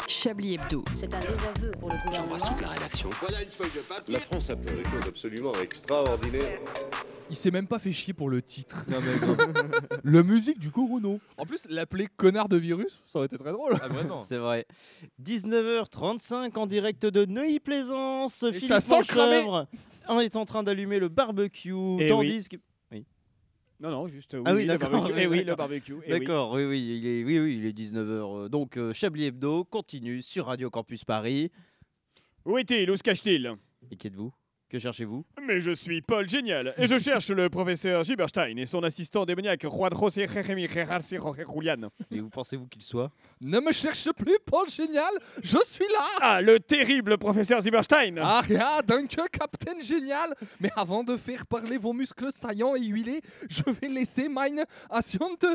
[SPEAKER 22] Chablis Hebdo.
[SPEAKER 9] C'est un désaveu pour le gouvernement.
[SPEAKER 2] la rédaction. Voilà une feuille de papier. La France a fait des choses absolument extraordinaires.
[SPEAKER 12] Il s'est même pas fait chier pour le titre. *laughs* la musique du Corono. Ah. En plus, l'appeler connard de virus, ça aurait été très drôle.
[SPEAKER 1] C'est vrai. 19h35 en direct de Neuilly-Plaisance. Philippe
[SPEAKER 12] ça sent le
[SPEAKER 1] Manchevre est en train d'allumer le barbecue.
[SPEAKER 14] Eh
[SPEAKER 1] tandis
[SPEAKER 14] oui.
[SPEAKER 1] que. Oui.
[SPEAKER 14] Non, non, juste.
[SPEAKER 1] ah oui,
[SPEAKER 14] le
[SPEAKER 1] d'accord.
[SPEAKER 14] barbecue. Eh oui, le barbecue. eh oui.
[SPEAKER 1] D'accord, oui, oui, il est, oui, oui, il est 19h. euh, Donc, euh, Chablis Hebdo continue sur Radio Campus Paris.
[SPEAKER 14] Où est-il Où se cache-t-il
[SPEAKER 1] Et qui êtes-vous Que cherchez-vous
[SPEAKER 14] Mais je suis Paul Génial et je cherche le professeur Giberstein et son assistant démoniaque Juan José Jérémy Gérard Jorge Julian.
[SPEAKER 1] Et vous pensez-vous qu'il soit
[SPEAKER 12] Ne me cherche plus, Paul Génial, je suis là
[SPEAKER 14] Ah, le terrible professeur Ziberstein
[SPEAKER 12] Ah, ah, donc, Captain Génial Mais avant de faire parler vos muscles saillants et huilés, je vais laisser mine assiante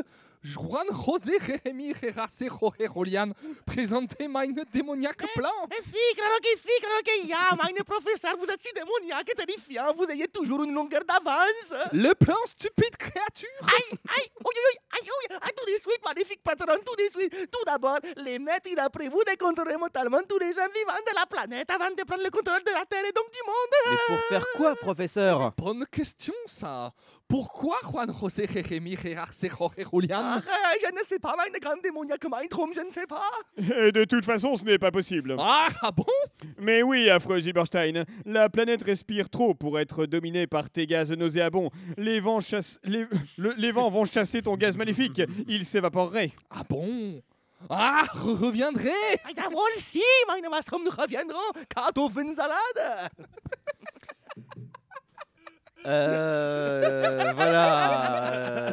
[SPEAKER 12] Juan José Rémi Rerace Jorge Rolian présenter mine démoniaque plan
[SPEAKER 18] Eh si, claro que si, claro que y a, Magne Professeur, vous êtes si démoniaque et terrifiant, vous ayez toujours une longueur d'avance.
[SPEAKER 12] Le plan stupide créature
[SPEAKER 18] Aïe, aïe, oui, oui, aïe, oui, ah, tout de suite, magnifique patron, tout de suite. Tout d'abord, les maîtres, il a prévu de contrôler mentalement tous les gens vivants de la planète avant de prendre le contrôle de la Terre et donc du monde.
[SPEAKER 1] Mais pour faire quoi, professeur
[SPEAKER 12] Bonne question, ça Pourquoi Juan José Jérémy Gérard Jorge Julian
[SPEAKER 18] Ah, je ne sais pas, meine grande démoniaque Mindrum, je ne sais pas.
[SPEAKER 23] Et de toute façon, ce n'est pas possible.
[SPEAKER 12] Ah, bon
[SPEAKER 23] Mais oui, affreux Zieberstein, la planète respire trop pour être dominée par tes gaz nauséabonds. Les vents, chassent- les... *laughs* le- les vents vont chasser ton gaz maléfique, il s'évaporerait.
[SPEAKER 12] Ah bon Ah, reviendrait
[SPEAKER 18] Jawohl, si, meine Mastrum, nous reviendrons. Kartoffelsalade.
[SPEAKER 1] Euh, voilà.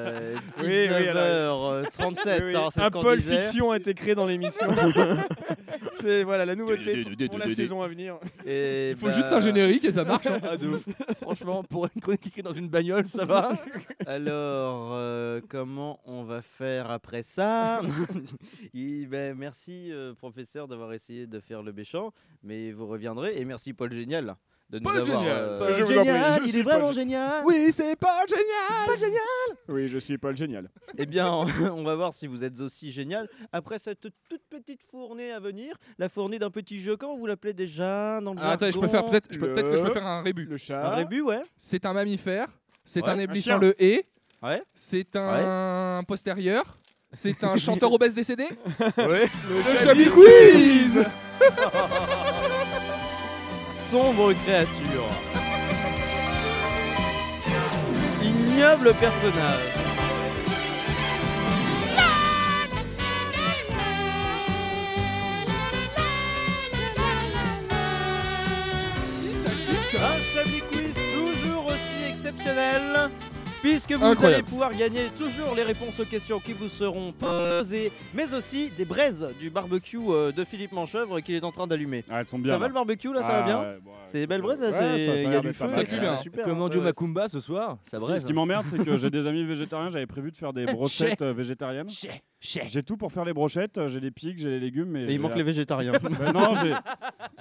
[SPEAKER 1] euh,
[SPEAKER 23] Oui, oui, alors-
[SPEAKER 1] 19h37,
[SPEAKER 23] Oui, oui.
[SPEAKER 1] hein, c'est ce
[SPEAKER 23] Un
[SPEAKER 1] qu'on
[SPEAKER 23] pôle
[SPEAKER 1] disait.
[SPEAKER 23] fiction a été créé dans
[SPEAKER 1] *laughs*
[SPEAKER 23] l'émission. c'est voilà la nouveauté pour la saison à venir.
[SPEAKER 15] Et
[SPEAKER 23] Il faut juste
[SPEAKER 1] ben, Euh.
[SPEAKER 23] un
[SPEAKER 1] *laughs*
[SPEAKER 23] générique et ça marche, hein.
[SPEAKER 15] Ah, de ouf. Franchement, pour une chronique écrite dans une bagnole, ça va.
[SPEAKER 1] Alors, euh, comment on va faire après ça *laughs* Et ben, Merci, euh, professeur, d'avoir essayé de faire le méchant, mais vous reviendrez. Et merci, Paul Génial, de nous
[SPEAKER 12] Paul
[SPEAKER 1] avoir.
[SPEAKER 12] Génial.
[SPEAKER 1] euh,
[SPEAKER 12] Paul Je vous en prie, Génial, je il suis est Paul vraiment
[SPEAKER 1] génial.
[SPEAKER 12] Oui, c'est pas génial
[SPEAKER 1] Pas génial
[SPEAKER 23] Oui, je suis Paul Génial.
[SPEAKER 1] Eh bien, on, on va voir si vous êtes aussi génial. Après cette toute petite fournée à venir, la fournée d'un petit jeu, comment vous l'appelez déjà dans le
[SPEAKER 12] Ah, attendez, je peux
[SPEAKER 1] jargon
[SPEAKER 12] faire peut-être Hein je peux- peut-être que je peux faire un rébut. Le
[SPEAKER 23] chat.
[SPEAKER 1] Un rébut, ouais.
[SPEAKER 12] C'est un mammifère, c'est
[SPEAKER 1] Ouais.
[SPEAKER 12] un
[SPEAKER 1] Un
[SPEAKER 12] éblouissant
[SPEAKER 1] chien.
[SPEAKER 12] le et,
[SPEAKER 1] ouais.
[SPEAKER 12] c'est un postérieur, c'est
[SPEAKER 1] *laughs*
[SPEAKER 12] un chanteur obèse décédé.
[SPEAKER 1] Ouais.
[SPEAKER 12] Le, Chablis Quiz
[SPEAKER 1] Sombre créature. Ignoble personnage. Un Chablis Quiz toujours aussi exceptionnel. Puisque vous allez
[SPEAKER 12] Incroyable.
[SPEAKER 1] pouvoir gagner toujours les réponses aux questions qui vous seront posées, mais aussi des braises du barbecue euh, de Philippe Manchevre qu'il est en train d'allumer.
[SPEAKER 13] Ah, elles sont bien,
[SPEAKER 1] ça va
[SPEAKER 13] là.
[SPEAKER 1] le barbecue là, ça
[SPEAKER 13] Ah,
[SPEAKER 1] va bien
[SPEAKER 13] ouais, bon,
[SPEAKER 1] C'est des belles braises là,
[SPEAKER 13] ouais,
[SPEAKER 1] c'est-
[SPEAKER 13] ça, ça a
[SPEAKER 1] il y a
[SPEAKER 13] l'air
[SPEAKER 1] du
[SPEAKER 13] d'être
[SPEAKER 1] feu.
[SPEAKER 13] pas
[SPEAKER 1] là,
[SPEAKER 13] mal.
[SPEAKER 1] c'est
[SPEAKER 13] Ça cuit bien.
[SPEAKER 1] super,
[SPEAKER 15] Comment
[SPEAKER 1] hein.
[SPEAKER 15] Dieu
[SPEAKER 1] Ouais.
[SPEAKER 15] Macumba ce soir Ça
[SPEAKER 13] Ce qui,
[SPEAKER 15] braise,
[SPEAKER 13] ce qui
[SPEAKER 15] hein.
[SPEAKER 13] m'emmerde, c'est que j'ai des amis végétariens, j'avais prévu de faire
[SPEAKER 1] *laughs*
[SPEAKER 13] des brochettes euh, végétariennes. J'ai tout pour faire les brochettes, euh, j'ai les pics, j'ai les légumes. Mais
[SPEAKER 1] Mais il
[SPEAKER 13] j'ai
[SPEAKER 1] manque les végétariens.
[SPEAKER 13] *laughs* Bah non, j'ai-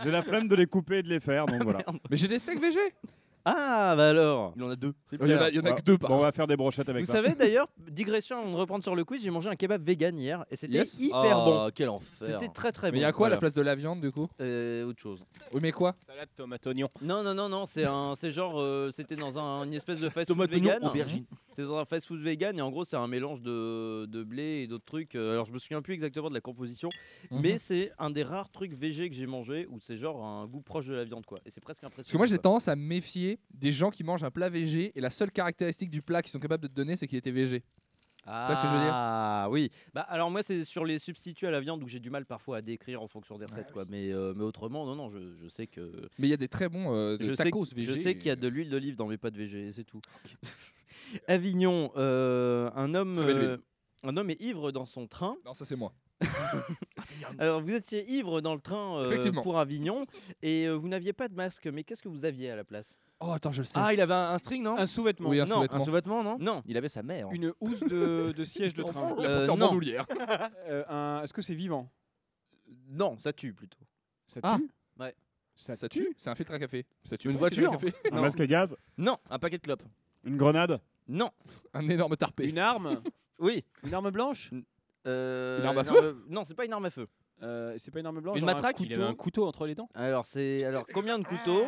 [SPEAKER 13] j'ai la flemme de les couper et de les faire,
[SPEAKER 1] *laughs*
[SPEAKER 13] donc voilà.
[SPEAKER 12] Mais j'ai des steaks végé
[SPEAKER 1] *laughs* Ah bah alors
[SPEAKER 15] Il en a deux.
[SPEAKER 12] Il y en a- il y en a que deux, par
[SPEAKER 13] Bon, on
[SPEAKER 12] contre.
[SPEAKER 13] va faire des brochettes avec
[SPEAKER 1] Vous
[SPEAKER 13] ça.
[SPEAKER 1] savez d'ailleurs, digression avant de reprendre sur le quiz, j'ai mangé un kebab vegan hier et c'était
[SPEAKER 12] Yes.
[SPEAKER 1] hyper
[SPEAKER 12] Ah,
[SPEAKER 1] bon.
[SPEAKER 12] quel enfer.
[SPEAKER 1] C'était très très bon.
[SPEAKER 12] Mais il y a quoi à la
[SPEAKER 1] Voilà. Euh,
[SPEAKER 12] place de la viande du coup
[SPEAKER 1] Autre chose.
[SPEAKER 12] Oui, mais quoi
[SPEAKER 1] Salade tomate oignon. Non non non non, c'est un c'est genre euh, c'était dans un, une espèce de fast food
[SPEAKER 15] Tomate, oignon,
[SPEAKER 1] vegan.
[SPEAKER 15] aubergine.
[SPEAKER 1] C'est dans un fast food vegan et en gros c'est un mélange de, de blé et d'autres trucs. Euh, Alors je me souviens plus exactement de la composition,
[SPEAKER 12] Mhm.
[SPEAKER 1] mais c'est un des rares trucs végé que j'ai mangé où c'est genre un goût proche de la viande quoi. Et c'est presque impressionnant.
[SPEAKER 12] Parce que moi j'ai
[SPEAKER 1] quoi.
[SPEAKER 12] tendance à me méfier des gens qui mangent un plat végé et la seule caractéristique du plat qu'ils sont capables de te donner c'est qu'il était végé.
[SPEAKER 1] Ah,
[SPEAKER 12] Tu vois ce que je veux dire
[SPEAKER 1] oui. Bah, alors moi c'est sur les substituts à la viande où j'ai du mal parfois à décrire en fonction des
[SPEAKER 12] Ah
[SPEAKER 1] recettes quoi. Mais, euh, mais autrement non non je, je sais que.
[SPEAKER 12] Mais il y a des très bons euh, de
[SPEAKER 1] je sais,
[SPEAKER 12] tacos euh.
[SPEAKER 1] que-
[SPEAKER 12] végé.
[SPEAKER 1] Je sais qu'il y a de l'huile d'olive dans mes pâtes végé c'est tout.
[SPEAKER 12] Ah,
[SPEAKER 1] *laughs* Avignon, euh, un homme,
[SPEAKER 12] Très belle
[SPEAKER 1] euh,
[SPEAKER 12] ville.
[SPEAKER 1] un homme est ivre dans son train.
[SPEAKER 12] Non ça c'est moi.
[SPEAKER 1] Alors vous étiez ivre dans le train euh,
[SPEAKER 12] Ah Effectivement.
[SPEAKER 1] pour Avignon et euh, vous n'aviez pas de masque. Mais qu'est-ce que vous aviez à la place
[SPEAKER 12] Oh attends je le sais.
[SPEAKER 15] Ah, il avait un, un string, non
[SPEAKER 1] Un sous-vêtement. Oui, un
[SPEAKER 15] non,
[SPEAKER 1] sous-vêtement.
[SPEAKER 15] un sous-vêtement, non
[SPEAKER 1] Non.
[SPEAKER 15] Il avait sa
[SPEAKER 1] hein.
[SPEAKER 15] mère.
[SPEAKER 14] Une housse de, de siège de
[SPEAKER 15] En-
[SPEAKER 1] *laughs*
[SPEAKER 14] train.
[SPEAKER 15] Il a porté en non. bandoulière.
[SPEAKER 14] Euh, un- Est-ce que c'est vivant
[SPEAKER 1] Non, ça tue plutôt.
[SPEAKER 14] Ça tue
[SPEAKER 12] Ah.
[SPEAKER 1] Ouais.
[SPEAKER 12] Ça, tue C'est un filtre à café. Ça tue
[SPEAKER 15] Une
[SPEAKER 12] pas, un filtre à
[SPEAKER 15] voiture
[SPEAKER 12] café. *laughs*
[SPEAKER 13] Un masque à gaz
[SPEAKER 1] Non.
[SPEAKER 15] Un paquet de clopes.
[SPEAKER 13] Une grenade
[SPEAKER 1] Non.
[SPEAKER 12] Un énorme tarpé.
[SPEAKER 14] Une arme
[SPEAKER 1] Oui.
[SPEAKER 14] Une arme blanche
[SPEAKER 1] Euh,
[SPEAKER 12] Une arme à feu
[SPEAKER 1] Non, c'est pas une arme à feu.
[SPEAKER 23] Euh,
[SPEAKER 14] c'est pas une arme blanche.
[SPEAKER 1] Une
[SPEAKER 14] genre un
[SPEAKER 1] matraque
[SPEAKER 14] couteau. couteau entre les dents
[SPEAKER 1] Alors c'est alors combien de couteaux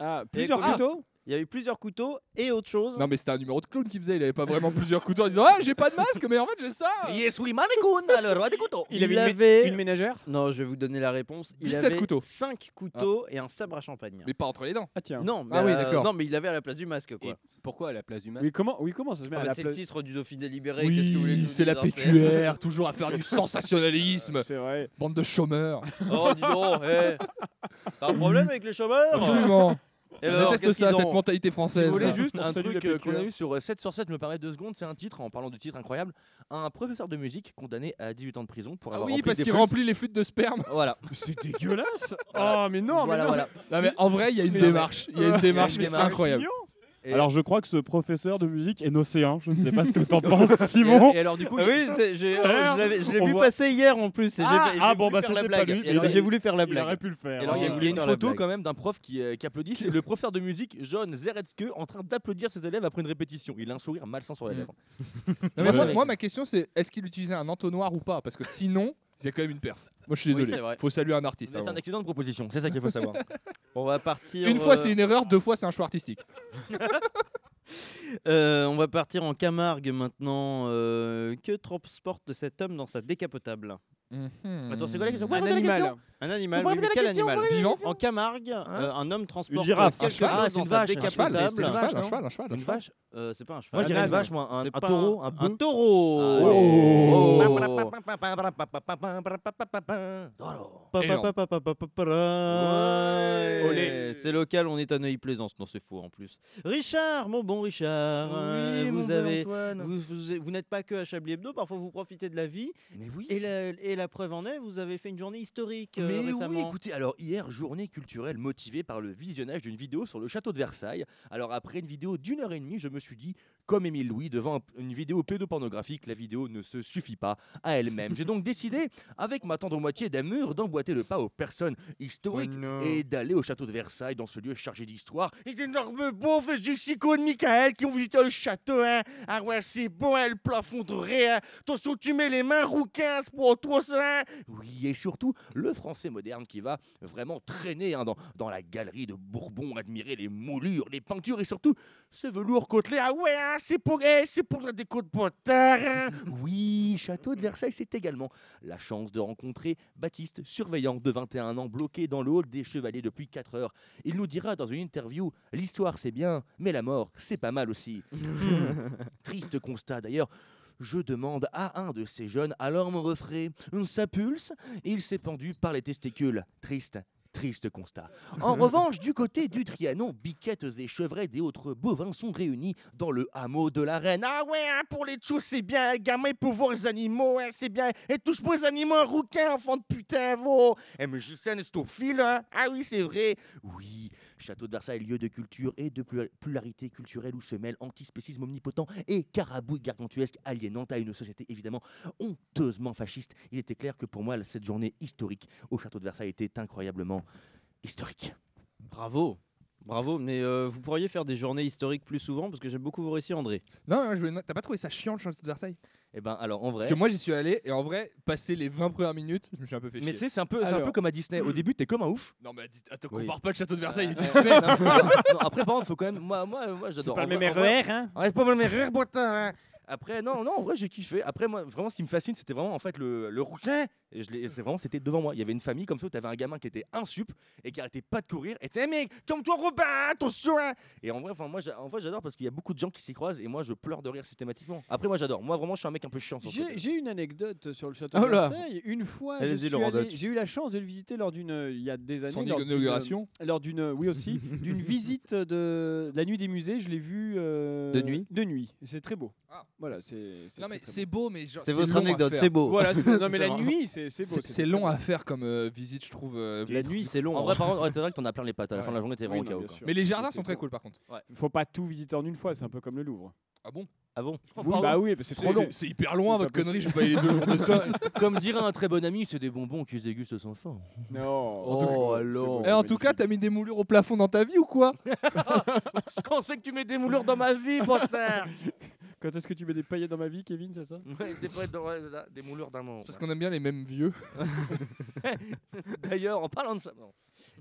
[SPEAKER 14] Ah,
[SPEAKER 1] Il y avait
[SPEAKER 12] plusieurs
[SPEAKER 1] combien-
[SPEAKER 12] couteaux
[SPEAKER 1] Il y a eu plusieurs couteaux et autre chose.
[SPEAKER 12] Non mais c'était un numéro de clown qui faisait, il avait pas vraiment plusieurs couteaux en disant Ah j'ai pas de masque mais en fait j'ai ça
[SPEAKER 15] Yes oui le roi des couteaux
[SPEAKER 1] hein, Il, avait
[SPEAKER 14] ménagère
[SPEAKER 1] Non, je vais vous donner la réponse. Il
[SPEAKER 12] 17
[SPEAKER 1] avait
[SPEAKER 12] couteaux.
[SPEAKER 1] 5 couteaux et un sabre à champagne.
[SPEAKER 12] Mais pas entre les dents.
[SPEAKER 14] Ah tiens.
[SPEAKER 1] Non, mais,
[SPEAKER 12] Ah oui,
[SPEAKER 1] euh,
[SPEAKER 12] d'accord.
[SPEAKER 1] non, mais il avait à la place du masque quoi.
[SPEAKER 15] pourquoi à la place du
[SPEAKER 14] Oui, comment, oui, comment ça se met
[SPEAKER 1] Ah,
[SPEAKER 14] à
[SPEAKER 1] bah,
[SPEAKER 14] la
[SPEAKER 1] c'est le
[SPEAKER 14] place
[SPEAKER 1] titre du Dauphiné libéré. qu'est-ce que vous voulez que
[SPEAKER 12] Oui,
[SPEAKER 1] je vous
[SPEAKER 12] c'est la
[SPEAKER 1] dise, hein,
[SPEAKER 12] *laughs* PQR, toujours à faire du sensationnalisme.
[SPEAKER 14] C'est vrai.
[SPEAKER 12] *laughs* Bande de chômeurs.
[SPEAKER 1] *laughs* Oh, dis donc, hé. T'as un problème avec les chômeurs
[SPEAKER 12] *laughs* Absolument.
[SPEAKER 1] Et
[SPEAKER 12] Je
[SPEAKER 1] alors,
[SPEAKER 12] déteste
[SPEAKER 1] qu'est-ce
[SPEAKER 12] ça,
[SPEAKER 1] qu'ils
[SPEAKER 12] cette
[SPEAKER 1] ont
[SPEAKER 12] mentalité française. Ah
[SPEAKER 15] Si vous voulez
[SPEAKER 12] là.
[SPEAKER 1] *laughs*
[SPEAKER 15] juste
[SPEAKER 12] On
[SPEAKER 15] un
[SPEAKER 12] salue la
[SPEAKER 15] truc euh, qu'on a
[SPEAKER 12] PQR.
[SPEAKER 15] eu sur euh, 7 sur 7 me paraît deux secondes, c'est un titre, en parlant de titre incroyable, un professeur de musique condamné à 18 ans de prison pour
[SPEAKER 12] Ah
[SPEAKER 15] avoir
[SPEAKER 12] oui,
[SPEAKER 15] rempli
[SPEAKER 12] parce
[SPEAKER 15] des
[SPEAKER 12] qu'il
[SPEAKER 15] flûtes.
[SPEAKER 12] remplit les flûtes de sperme.
[SPEAKER 15] *laughs* Voilà.
[SPEAKER 14] C'est
[SPEAKER 12] *laughs*
[SPEAKER 14] dégueulasse. Oh, mais non, mais
[SPEAKER 15] Voilà,
[SPEAKER 14] non.
[SPEAKER 15] voilà.
[SPEAKER 12] Non, mais en vrai, il y a une
[SPEAKER 14] Mais
[SPEAKER 12] démarche.
[SPEAKER 14] c'est-
[SPEAKER 12] Il y a une
[SPEAKER 14] Ouais,
[SPEAKER 12] démarche
[SPEAKER 14] mais
[SPEAKER 12] qui est
[SPEAKER 14] c'est
[SPEAKER 12] incroyable.
[SPEAKER 14] mignon.
[SPEAKER 13] Alors je crois que ce professeur de musique est nocéen. Je ne sais pas ce que
[SPEAKER 1] *laughs*
[SPEAKER 13] t'en penses, Simon.
[SPEAKER 1] Et alors du coup, Ah oui, c'est-
[SPEAKER 15] Oh.
[SPEAKER 1] j'ai-
[SPEAKER 13] Frère,
[SPEAKER 1] je l'avais- je l'ai
[SPEAKER 13] on
[SPEAKER 1] vu
[SPEAKER 13] voit-
[SPEAKER 1] passer hier en plus. et j'ai-
[SPEAKER 13] Ah,
[SPEAKER 1] j'ai
[SPEAKER 13] ah,
[SPEAKER 1] voulu
[SPEAKER 13] bon, bah,
[SPEAKER 1] faire la
[SPEAKER 13] c'était pas
[SPEAKER 1] blague.
[SPEAKER 13] lui,
[SPEAKER 1] Et alors,
[SPEAKER 13] il-
[SPEAKER 1] J'ai voulu faire la
[SPEAKER 13] il
[SPEAKER 1] blague.
[SPEAKER 13] aurait pu le faire.
[SPEAKER 15] Et alors, il y a-
[SPEAKER 1] Ah,
[SPEAKER 15] il y a une
[SPEAKER 1] faire la
[SPEAKER 15] photo
[SPEAKER 1] blague.
[SPEAKER 15] quand même d'un prof qui, euh, qui
[SPEAKER 1] *laughs*
[SPEAKER 15] applaudit. C'est le professeur de musique, John Zeretske, en train d'applaudir ses élèves après une répétition. Il a un sourire malsain
[SPEAKER 1] Mm.
[SPEAKER 15] sur les lèvres.
[SPEAKER 12] Non, mais moi, moi, ma question, c'est est-ce qu'il utilisait un entonnoir ou pas Parce que sinon, il y a quand même une perf. Moi, je suis
[SPEAKER 15] Oui,
[SPEAKER 12] désolé.
[SPEAKER 15] c'est vrai.
[SPEAKER 12] faut saluer un artiste.
[SPEAKER 15] Mais c'est
[SPEAKER 12] avant.
[SPEAKER 15] un euh, accident de proposition,
[SPEAKER 1] *laughs* Ah,
[SPEAKER 15] c'est ça qu'il faut savoir.
[SPEAKER 1] On va partir.
[SPEAKER 12] Une fois, c'est une erreur. Deux fois, c'est un choix artistique.
[SPEAKER 1] Euh, on va partir en Camargue maintenant. Euh, que transporte cet homme dans sa décapotable
[SPEAKER 15] Attends, c'est quoi la question
[SPEAKER 1] Un
[SPEAKER 15] Vous pouvez répéter la
[SPEAKER 1] animal.
[SPEAKER 15] question
[SPEAKER 1] Un animal.
[SPEAKER 15] Vous
[SPEAKER 1] oui,
[SPEAKER 15] pouvez
[SPEAKER 1] mais
[SPEAKER 15] répéter la
[SPEAKER 1] quel
[SPEAKER 15] question,
[SPEAKER 1] animal
[SPEAKER 15] vous pouvez répéter la
[SPEAKER 1] En Camargue,
[SPEAKER 15] Hein
[SPEAKER 1] euh, un homme transporte
[SPEAKER 15] girafe.
[SPEAKER 1] quelque
[SPEAKER 15] Un cheval,
[SPEAKER 1] chose
[SPEAKER 15] c'est
[SPEAKER 1] dans
[SPEAKER 15] une
[SPEAKER 1] sa
[SPEAKER 15] vache, un cheval,
[SPEAKER 1] décapotable.
[SPEAKER 15] c'est une vache, Une non vache, un cheval, un
[SPEAKER 1] Une
[SPEAKER 15] cheval.
[SPEAKER 1] vache Euh, C'est pas un cheval.
[SPEAKER 15] Moi, je dirais
[SPEAKER 1] Ah,
[SPEAKER 15] une
[SPEAKER 1] non.
[SPEAKER 15] vache, moi, un-
[SPEAKER 1] C'est
[SPEAKER 15] un
[SPEAKER 1] pas
[SPEAKER 15] taureau, un
[SPEAKER 1] Un
[SPEAKER 15] bœuf.
[SPEAKER 1] taureau. Oh.
[SPEAKER 15] Ah, Oh.
[SPEAKER 1] Olé. C'est local, on est à Neuilly-Plaisance. Non, c'est faux en plus. Richard, mon bon Richard, euh,
[SPEAKER 15] mon
[SPEAKER 1] vous
[SPEAKER 15] bel
[SPEAKER 1] avez,
[SPEAKER 15] Antoine.
[SPEAKER 1] vous, vous- vous n'êtes pas que à Chablis Hebdo. Parfois, vous profitez de la vie. Et la, et la preuve en est, vous avez fait une journée historique euh,
[SPEAKER 15] Mais oui,
[SPEAKER 1] récemment.
[SPEAKER 15] écoutez, alors hier, journée culturelle motivée par le visionnage d'une vidéo sur le château de Versailles. Alors après une vidéo d'une heure et demie, je me suis dit, comme Émile Louis, devant un- une vidéo pédopornographique, la vidéo ne se suffit pas à elle-même. J'ai donc décidé, avec ma tendre moitié d'amour, d'emboîter le pas aux personnes historiques et d'aller au château de Versailles, dans ce lieu chargé d'histoire.
[SPEAKER 18] Les énormes beaufs Jessico et Michael qui ont visité le château, hein. Ah ouais, c'est bon, hein, le plafond doré, hein. Attention, tu mets les mains rouquins pour toi, ça, hein.
[SPEAKER 15] Oui, et surtout le français moderne qui va vraiment traîner hein, dans, dans la galerie de Bourbon, admirer les moulures, les peintures et surtout ce velours côtelé. Ah ouais, hein, c'est pour, eh, c'est pour la déco de potard. hein. Oui, château de Versailles, c'est également la chance de rencontrer Baptiste, surveillant de 21 ans, bloqué dans le hall des Chevaliers depuis 4 heures. Il nous dira dans une interview L'histoire, c'est bien, mais la mort, c'est pas mal aussi. Triste constat d'ailleurs. Je demande à un de ces jeunes, alors mon refrain, ça pulse, il s'est pendu par les testicules. Triste, triste constat. En revanche, du côté du Trianon, biquettes et chevrets des autres bovins sont réunis dans le hameau de la Reine. Ah ouais, hein, pour les tchous, c'est bien, hein, gamin, pour voir les animaux, hein, c'est bien.
[SPEAKER 18] Et touche pas aux animaux rouquins, enfant de putain,
[SPEAKER 15] oh.
[SPEAKER 18] vo. Eh, mais je sais, c'est au fil, hein. Ah oui, c'est vrai.
[SPEAKER 15] Oui, château de Versailles, lieu de culture et de plu- pluralité culturelle où se mêlent antispécisme omnipotent et carabouille gargantuesque aliénante à une société évidemment honteusement fasciste. Il était clair que pour moi, cette journée historique au château de Versailles était incroyablement historique.
[SPEAKER 1] Bravo. Bravo, mais euh, vous pourriez faire des journées historiques plus souvent parce que j'aime beaucoup vous récits, André.
[SPEAKER 12] Non, je voulais no- t'as pas trouvé ça chiant le château de Versailles
[SPEAKER 15] Eh ben, alors en vrai.
[SPEAKER 12] Parce que moi j'y suis allé et en vrai, passer les 20 premières minutes, je me suis un peu fait
[SPEAKER 15] Mais
[SPEAKER 12] chier.
[SPEAKER 15] tu sais, c'est un, peu- c'est un peu
[SPEAKER 12] Alors. Hmm.
[SPEAKER 15] comme à Disney. Au début, t'es comme
[SPEAKER 12] *laughs*
[SPEAKER 15] un ouf.
[SPEAKER 12] Non, mais dis- attends,
[SPEAKER 15] Oui.
[SPEAKER 12] compare pas le château de Versailles et
[SPEAKER 15] Euh,
[SPEAKER 12] Disney.
[SPEAKER 19] *laughs*
[SPEAKER 15] non, non, non, après, par contre, faut quand même. Moi, moi, moi j'adore.
[SPEAKER 12] pas
[SPEAKER 15] En
[SPEAKER 12] le même
[SPEAKER 15] vrai- en vrai-
[SPEAKER 12] RER, hein
[SPEAKER 15] Ouais, C'est pas le même erreur, boitin. Hein après, non, non, en vrai, j'ai kiffé. Après, moi, vraiment, ce qui me fascine, c'était vraiment en fait le, le rouquin. Et je l'ai- c'est vraiment, c'était devant moi. Il y avait une famille comme ça où t'avais un gamin qui était insup et qui arrêtait pas de courir. Et t'es mec, comme toi, Robin, attention. hein. Et en vrai, enfin, moi, j'a- en vrai, j'adore parce qu'il y a beaucoup de gens qui s'y croisent et moi, je pleure de rire systématiquement. Après, moi, j'adore. Moi, vraiment, je suis un mec un peu chiant. sur ce
[SPEAKER 14] J'ai
[SPEAKER 15] côté-là.
[SPEAKER 14] j'ai une anecdote sur le château
[SPEAKER 15] Oh
[SPEAKER 14] de
[SPEAKER 15] là.
[SPEAKER 14] Versailles. Une fois, je
[SPEAKER 15] Allez-y,
[SPEAKER 14] suis
[SPEAKER 15] Laurent
[SPEAKER 14] allé-
[SPEAKER 15] Deutsch.
[SPEAKER 14] j'ai eu la chance de le visiter lors d'une, euh, il y a des années,
[SPEAKER 12] Son
[SPEAKER 14] lors d'une-
[SPEAKER 12] inauguration
[SPEAKER 14] lors d'une,
[SPEAKER 12] *laughs*
[SPEAKER 14] oui aussi, d'une visite de la nuit des musées. Je l'ai vu euh,
[SPEAKER 1] De nuit
[SPEAKER 14] de nuit. C'est très beau. Voilà, c'est.
[SPEAKER 12] Ah. Non, mais
[SPEAKER 14] très, très
[SPEAKER 12] c'est beau, mais genre.
[SPEAKER 1] C'est votre
[SPEAKER 12] long à
[SPEAKER 1] anecdote,
[SPEAKER 12] faire.
[SPEAKER 1] c'est beau.
[SPEAKER 14] Voilà, c'est-
[SPEAKER 12] *laughs*
[SPEAKER 14] non, mais la
[SPEAKER 12] vraiment-
[SPEAKER 14] nuit, c'est- c'est beau, c'est
[SPEAKER 12] C'est
[SPEAKER 14] très
[SPEAKER 12] long à faire comme euh, visite, je trouve. euh,
[SPEAKER 15] La nuit, c'est long. hein. En vrai, par contre, ouais, t'as vrai que t'en as plein les pattes. À la fin de la journée, t'es vraiment
[SPEAKER 14] Oui, non,
[SPEAKER 15] KO.
[SPEAKER 14] bien
[SPEAKER 15] quoi.
[SPEAKER 14] sûr.
[SPEAKER 12] Mais les jardins
[SPEAKER 14] c'est
[SPEAKER 12] sont très
[SPEAKER 14] trop-
[SPEAKER 12] cool, par contre.
[SPEAKER 14] Faut pas tout visiter en une fois. C'est un peu comme le Louvre.
[SPEAKER 12] Ah bon
[SPEAKER 15] Ah bon
[SPEAKER 14] Oui, bah oui, c'est trop long.
[SPEAKER 12] C'est hyper loin,
[SPEAKER 14] C'est
[SPEAKER 12] votre
[SPEAKER 14] pas
[SPEAKER 12] connerie, je
[SPEAKER 14] possible.
[SPEAKER 12] vais pas y aller deux jours de suite.
[SPEAKER 15] Comme dirait un très bon ami, c'est des bonbons qui se dégustent sans *laughs* fin.
[SPEAKER 14] Non. oh,
[SPEAKER 12] En tout-
[SPEAKER 15] alors.
[SPEAKER 12] Eh, en tout cas, t'as mis des moulures au plafond dans ta vie ou quoi
[SPEAKER 15] Quand c'est que tu mets des moulures dans ma vie, bâtard
[SPEAKER 14] Quand est-ce que tu mets des paillettes dans ma vie, Kevin, c'est ça
[SPEAKER 15] des, prêts dans- ouais, là, des moulures d'un monde.
[SPEAKER 12] Parce qu'on aime bien les mêmes vieux.
[SPEAKER 15] D'ailleurs, en parlant de ça. non.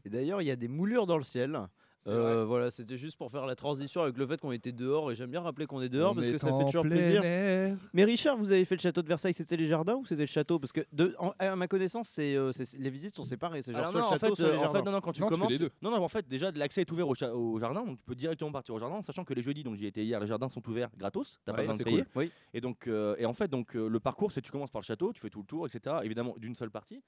[SPEAKER 1] Et d'ailleurs, il y a des moulures dans le ciel.
[SPEAKER 15] C'est
[SPEAKER 1] Euh, voilà, c'était juste pour faire la transition avec le fait qu'on était dehors et j'aime bien rappeler qu'on est dehors
[SPEAKER 12] On
[SPEAKER 1] parce que
[SPEAKER 12] est
[SPEAKER 1] ça
[SPEAKER 12] en
[SPEAKER 1] fait toujours
[SPEAKER 12] plein
[SPEAKER 1] plaisir.
[SPEAKER 12] air.
[SPEAKER 1] Mais Richard, vous avez fait le château de Versailles, c'était les jardins ou c'était le château Parce que de, en- à ma connaissance, c'est, euh, c'est- les visites sont séparées, c'est genre
[SPEAKER 15] Alors
[SPEAKER 1] soit
[SPEAKER 15] non,
[SPEAKER 1] le château,
[SPEAKER 15] en fait,
[SPEAKER 1] soit les
[SPEAKER 15] euh, en
[SPEAKER 1] jardins.
[SPEAKER 15] fait, non, non, quand tu
[SPEAKER 1] Non, tu fais
[SPEAKER 15] commences,
[SPEAKER 1] les deux.
[SPEAKER 15] non, non, en fait, déjà, l'accès est ouvert au, cha- au jardin, donc tu peux directement partir au jardin, sachant que les jeudis, donc j'y étais hier, les jardins sont ouverts gratos, t'as
[SPEAKER 1] Ouais,
[SPEAKER 15] pas besoin
[SPEAKER 1] c'est
[SPEAKER 15] de payer.
[SPEAKER 1] cool. Oui.
[SPEAKER 15] Et donc, euh, et en fait, donc euh, le parcours, c'est tu commences par le château, tu fais tout le tour, etc. Évidemment, d'une seule partie,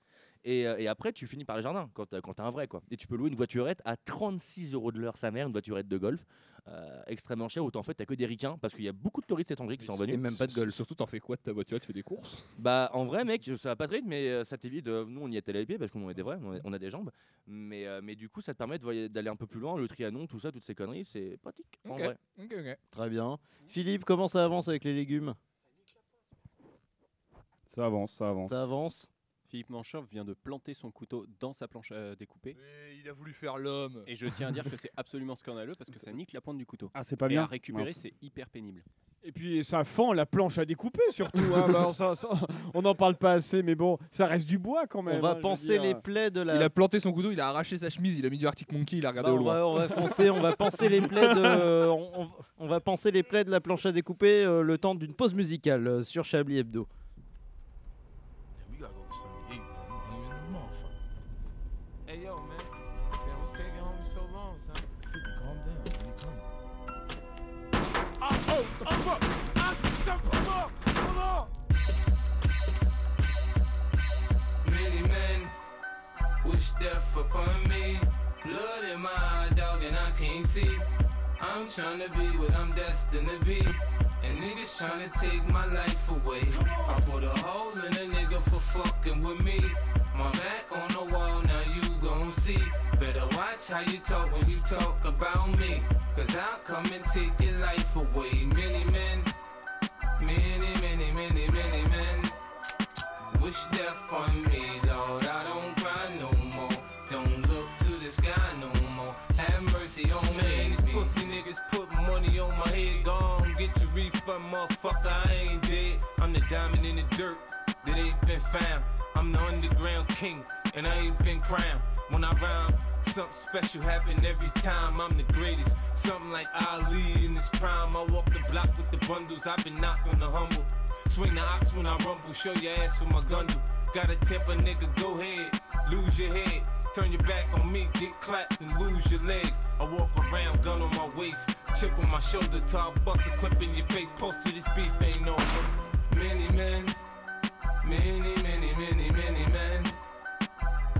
[SPEAKER 15] et, euh, et après, tu finis par les jardins quand t'as, quand t'as un vrai quoi. Et tu peux louer une voiturette à 36 euros de l'heure, sa mère, une voiturette de golf, euh, extrêmement chère. Autant en fait, t'as que des ricains parce qu'il y a beaucoup de touristes étrangers qui sont venus.
[SPEAKER 12] Surtout, t'en fais quoi de ta voiture Tu fais des courses
[SPEAKER 15] Bah en vrai mec, ça va pas très vite, mais euh, ça t'évite. euh, nous on y est allé à pied parce qu'on est des vrais, on a- on a des jambes. Mais, euh, mais du coup ça te permet de voya- d'aller un peu plus loin, le Trianon, tout ça, toutes ces conneries, c'est pratique en
[SPEAKER 12] Ok,
[SPEAKER 15] vrai.
[SPEAKER 12] ok, ok.
[SPEAKER 1] Très bien. Philippe, comment ça avance avec les légumes
[SPEAKER 13] Ça avance, ça avance.
[SPEAKER 1] Ça avance.
[SPEAKER 17] Philippe Manchov vient de planter son couteau dans sa planche euh, à découper.
[SPEAKER 12] il a voulu faire l'homme.
[SPEAKER 17] Et je tiens à dire que c'est absolument scandaleux parce que ça nique la pointe du couteau.
[SPEAKER 13] Ah, c'est pas
[SPEAKER 17] Et
[SPEAKER 13] bien.
[SPEAKER 17] à récupérer,
[SPEAKER 13] Mince.
[SPEAKER 17] c'est hyper pénible.
[SPEAKER 14] Et puis ça fend la planche à découper surtout. hein. Bah, on s'en- s'en- on n'en parle pas assez, mais bon, ça reste du bois quand même.
[SPEAKER 1] On va
[SPEAKER 14] hein, je veux
[SPEAKER 1] penser
[SPEAKER 14] dire.
[SPEAKER 15] euh,
[SPEAKER 1] les plaies de la.
[SPEAKER 12] Il a planté son couteau, il a arraché sa chemise, il a mis du Arctic Monkey, il a regardé
[SPEAKER 1] euh, Bah,
[SPEAKER 12] au
[SPEAKER 1] on,
[SPEAKER 12] loin.
[SPEAKER 1] va, on va foncer, on va penser les plaies de, on, on- on va penser les plaies de la planche à découper euh, le temps d'une pause musicale euh, sur Chablis Hebdo.
[SPEAKER 19] We gotta go get something to eat, man. I'm hungry than a motherfucker. Hey, yo, man. Damn, what's taking home so long, son? Freaking calm down. When you coming? Oh, oh, the fuck! I see something come up! Hold on! Many men wish death upon me. Blood in my eye, dog, and I can't see. I'm trying to be what I'm destined to be. And niggas trying to take my life away. I put a hole in a nigga for fucking with me. My back on the wall, now you gon' see. Better watch how you talk when you talk about me. Cause I'll come and take your life away. Many men, many, many, many, many men. Wish death on me, Lord. I don't cry no more. Don't look to the sky no more. Have mercy on me. These pussy niggas put money on my head. Gone, get your refund, motherfucker. I ain't dead. I'm the diamond in the dirt that ain't been found. I'm the underground king, and I ain't been crowned. When I rhyme, something special happen every time. I'm the greatest. Something like Ali in his prime. I walk the block with the bundles. I've been knocking the humble. Swing the ox when I rumble, show your ass with my gun. do. Got a temper, nigga, go ahead, lose your head. Turn your back on me, get clapped and lose your legs. I walk around, gun on my waist, chip on my shoulder, tar bust a clip in your face. Post to this beef ain't over. Many men, many, many, many, many men.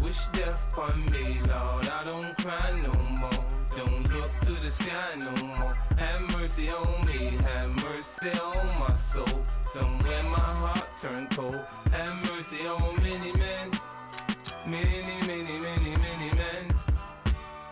[SPEAKER 19] Wish death on me, Lord. I don't cry no more. Don't look to the sky no more. Have mercy on me. Have mercy on my soul. Somewhere my heart turned cold. Have mercy on many men. Many, many, many, many men.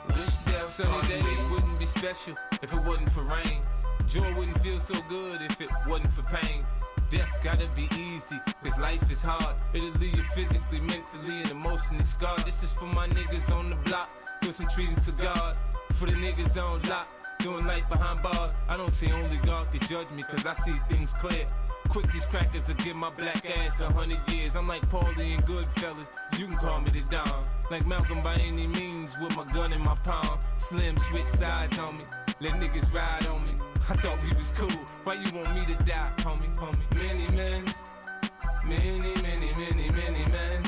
[SPEAKER 19] Wish death Sunny days wouldn't be special if it wasn't for rain. Joy wouldn't feel so good if it wasn't for pain. Death gotta be easy, cause life is hard. It'll leave you physically, mentally, and emotionally scarred. This is for my niggas on the block, twisting trees and cigars. For the niggas on lock, doing life behind bars. I don't see only God can judge me, cause I see things clear. Quick, these crackers will give my black ass a hundred years. I'm like Paulie and Goodfellas, you can call me the Don. Like Malcolm by any means, with my gun in my palm. Slim switch sides on me, let niggas ride on me. I thought we was cool, why you want me to die, homie, homie? Many men, many, many, many, many men.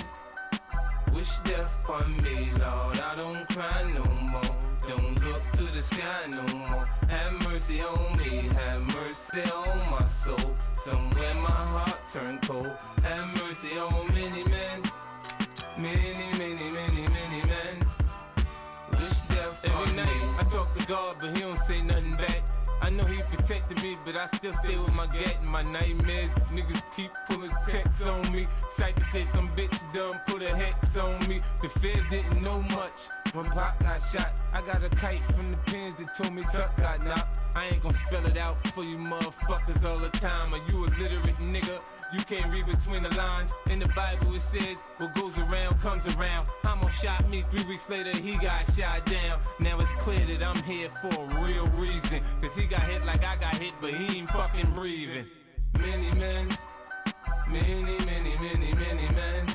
[SPEAKER 19] Wish death on me, Lord. I don't cry no more. Don't look to the sky no more. Have mercy on me. Have mercy on my soul. Somewhere my heart turned cold. Have mercy on many men. Many, many, many, many men. Wish death Every night I talk to God, but he don't say nothing back. I know he protected me, but I still stay with my gat and my nightmares. Niggas keep pulling checks on me. Cypher said some bitch done put a hex on me. The feds didn't know much when Pop got shot. I got a kite from the pins that told me Tuck got knocked. I ain't gonna spell it out for you motherfuckers all the time. Are you illiterate nigga? You can't read between the lines. In the Bible it says, what goes around comes around. I'ma shot me three weeks later, he got shot down. Now it's clear that I'm here for a real reason. Cause he got hit like I got hit, but he ain't fucking breathing. Many men, many, many, many, many men.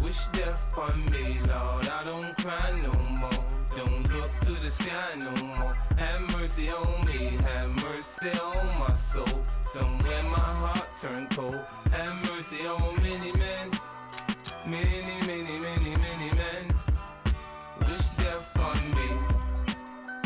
[SPEAKER 19] Wish death on me, Lord. I don't cry no more. Don't look to the sky no more. Have mercy on me. Have mercy on my soul. Somewhere my heart turned cold. Have mercy on many men. Many, many, many, many men. Wish death on me.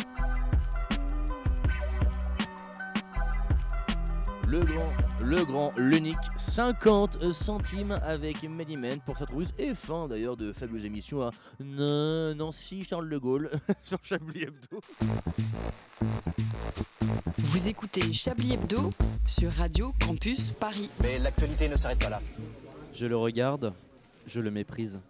[SPEAKER 15] Le grand, le grand, l'unique, 50 centimes avec Medimen pour cette rubrique et fin d'ailleurs de fabuleuse émission à Nan- Nancy Charles de Gaulle sur Chablis Hebdo.
[SPEAKER 9] Vous écoutez Chablis Hebdo sur Radio Campus Paris.
[SPEAKER 5] Mais l'actualité ne s'arrête pas là.
[SPEAKER 1] *laughs* Je le regarde, je le méprise.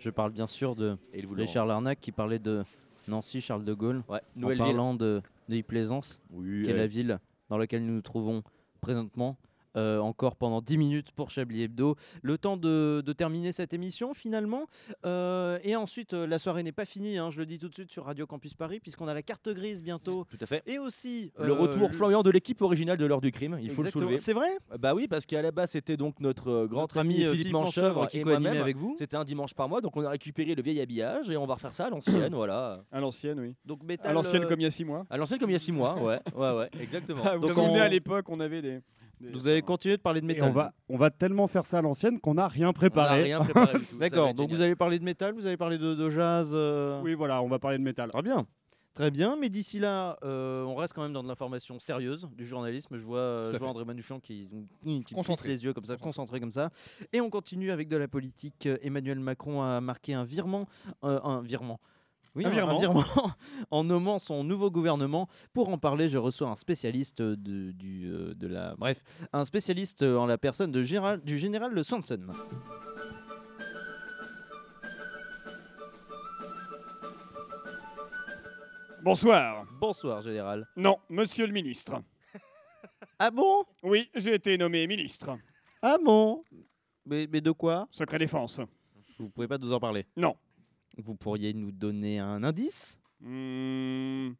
[SPEAKER 1] Je parle bien sûr de
[SPEAKER 15] le
[SPEAKER 1] Richard Larnac qui parlait de Nancy Charles de Gaulle en
[SPEAKER 15] Nouvelle-Ville.
[SPEAKER 1] parlant de, de plaisance
[SPEAKER 15] Oui,
[SPEAKER 1] qui est
[SPEAKER 15] elle-
[SPEAKER 1] la ville dans laquelle nous nous trouvons présentement euh, encore pendant 10 minutes pour Chablis Hebdo. Le temps de, de terminer cette émission finalement. Euh, et ensuite, euh, la soirée n'est pas finie, hein, je le dis tout de suite sur Radio Campus Paris, puisqu'on a la carte grise bientôt.
[SPEAKER 15] Tout à fait.
[SPEAKER 1] Et aussi
[SPEAKER 15] Le
[SPEAKER 1] euh,
[SPEAKER 15] retour flamboyant de l'équipe originale de l'heure du crime, il faut
[SPEAKER 1] Exactement.
[SPEAKER 15] le soulever.
[SPEAKER 1] C'est vrai
[SPEAKER 15] Bah oui, parce qu'à la base, c'était donc notre euh, grand
[SPEAKER 1] Notre ami,
[SPEAKER 15] ami,
[SPEAKER 1] euh,
[SPEAKER 15] Philippe
[SPEAKER 1] Philippe
[SPEAKER 15] Manchevre
[SPEAKER 1] Manchevre qui
[SPEAKER 15] et
[SPEAKER 1] co-animait
[SPEAKER 15] moi-même.
[SPEAKER 1] avec vous.
[SPEAKER 15] C'était un dimanche par mois, donc on a récupéré le vieil habillage et on va refaire ça
[SPEAKER 1] *coughs*
[SPEAKER 15] à l'ancienne, voilà.
[SPEAKER 9] À l'ancienne, oui.
[SPEAKER 1] Donc
[SPEAKER 9] À l'ancienne comme il y a 6 mois.
[SPEAKER 15] À l'ancienne comme il y a 6 mois, ouais,
[SPEAKER 1] *laughs*
[SPEAKER 15] ouais, ouais, exactement.
[SPEAKER 9] Ah, vous
[SPEAKER 15] Donc
[SPEAKER 9] vous souvenez,
[SPEAKER 15] on-
[SPEAKER 9] à l'époque, on avait des. des-
[SPEAKER 1] Vous avez continué de parler de
[SPEAKER 13] Et
[SPEAKER 1] métal.
[SPEAKER 13] on va, on va tellement faire ça à l'ancienne qu'on n'a rien préparé.
[SPEAKER 1] rien préparé du tout, ça *laughs* D'accord, va être donc génial. vous allez parler de métal, vous allez parler de, jazz. euh,
[SPEAKER 13] Oui, voilà, on va parler de métal.
[SPEAKER 1] Très Ah, bien. Très bien, mais d'ici là, euh, on reste quand même dans de l'information sérieuse, du journalisme. Je vois, euh,
[SPEAKER 15] à
[SPEAKER 1] je vois
[SPEAKER 15] fait.
[SPEAKER 1] André Manouchian qui, qui plisse
[SPEAKER 15] Concentré.
[SPEAKER 1] les yeux comme ça, concentré comme ça. Et on continue avec de la politique. Euh, Emmanuel Macron a marqué un virement, euh, un virement. Oui,
[SPEAKER 9] Un
[SPEAKER 1] un
[SPEAKER 9] virement.
[SPEAKER 1] un virement *laughs* en nommant son nouveau gouvernement. Pour en parler, je reçois un spécialiste de, du, euh, de la... Bref, un spécialiste en la personne de Gérald- du général Le Sanson.
[SPEAKER 14] Bonsoir.
[SPEAKER 1] Bonsoir, général.
[SPEAKER 14] Non, monsieur le ministre.
[SPEAKER 1] ah bon
[SPEAKER 14] Oui, j'ai été nommé ministre.
[SPEAKER 1] Ah bon mais, mais de quoi
[SPEAKER 14] Secret défense.
[SPEAKER 1] Vous pouvez pas nous en parler
[SPEAKER 14] Non.
[SPEAKER 1] Vous pourriez nous donner un indice
[SPEAKER 14] Hmm.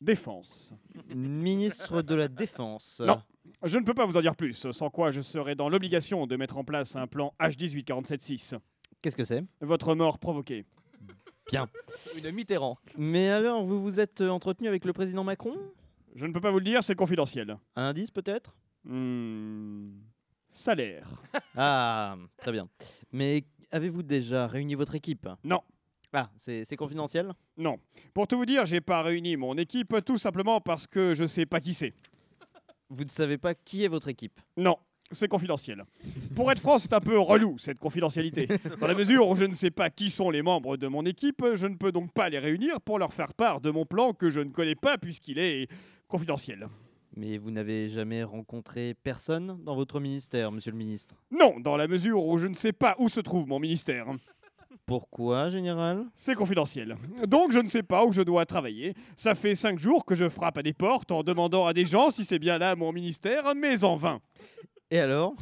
[SPEAKER 14] Défense.
[SPEAKER 1] Ministre de la Défense.
[SPEAKER 14] Non, je ne peux pas vous en dire plus, sans quoi je serais dans l'obligation de mettre en place un plan H18476.
[SPEAKER 1] Qu'est-ce que c'est
[SPEAKER 14] Votre mort provoquée.
[SPEAKER 1] Bien.
[SPEAKER 15] Une Mitterrand.
[SPEAKER 1] Mais alors, vous vous êtes euh, entretenu avec le président Macron
[SPEAKER 14] Je ne peux pas vous le dire, c'est confidentiel. Hmm.
[SPEAKER 1] Un indice peut-être
[SPEAKER 14] Salaire.
[SPEAKER 1] Ah, très bien. Mais avez-vous déjà réuni votre équipe
[SPEAKER 14] Non.
[SPEAKER 1] Ah, c'est c'est confidentiel
[SPEAKER 14] Non. Pour tout vous dire, j'ai pas réuni mon équipe tout simplement parce que je sais pas qui c'est.
[SPEAKER 1] Vous ne savez pas qui est votre équipe
[SPEAKER 14] Non, c'est confidentiel. Pour être franc, c'est un peu relou cette confidentialité. Dans la mesure où je ne sais pas qui sont les membres de mon équipe, je ne peux donc pas les réunir pour leur faire part de mon plan que je ne connais pas puisqu'il est confidentiel.
[SPEAKER 1] Mais vous n'avez jamais rencontré personne dans votre ministère, monsieur le ministre
[SPEAKER 14] Non, dans la mesure où je ne sais pas où se trouve mon ministère.
[SPEAKER 1] Pourquoi, général
[SPEAKER 14] C'est confidentiel. Donc je ne sais pas où je dois travailler. Ça fait cinq jours que je frappe à des portes en demandant à des gens si c'est bien là mon ministère, mais en vain.
[SPEAKER 1] Et alors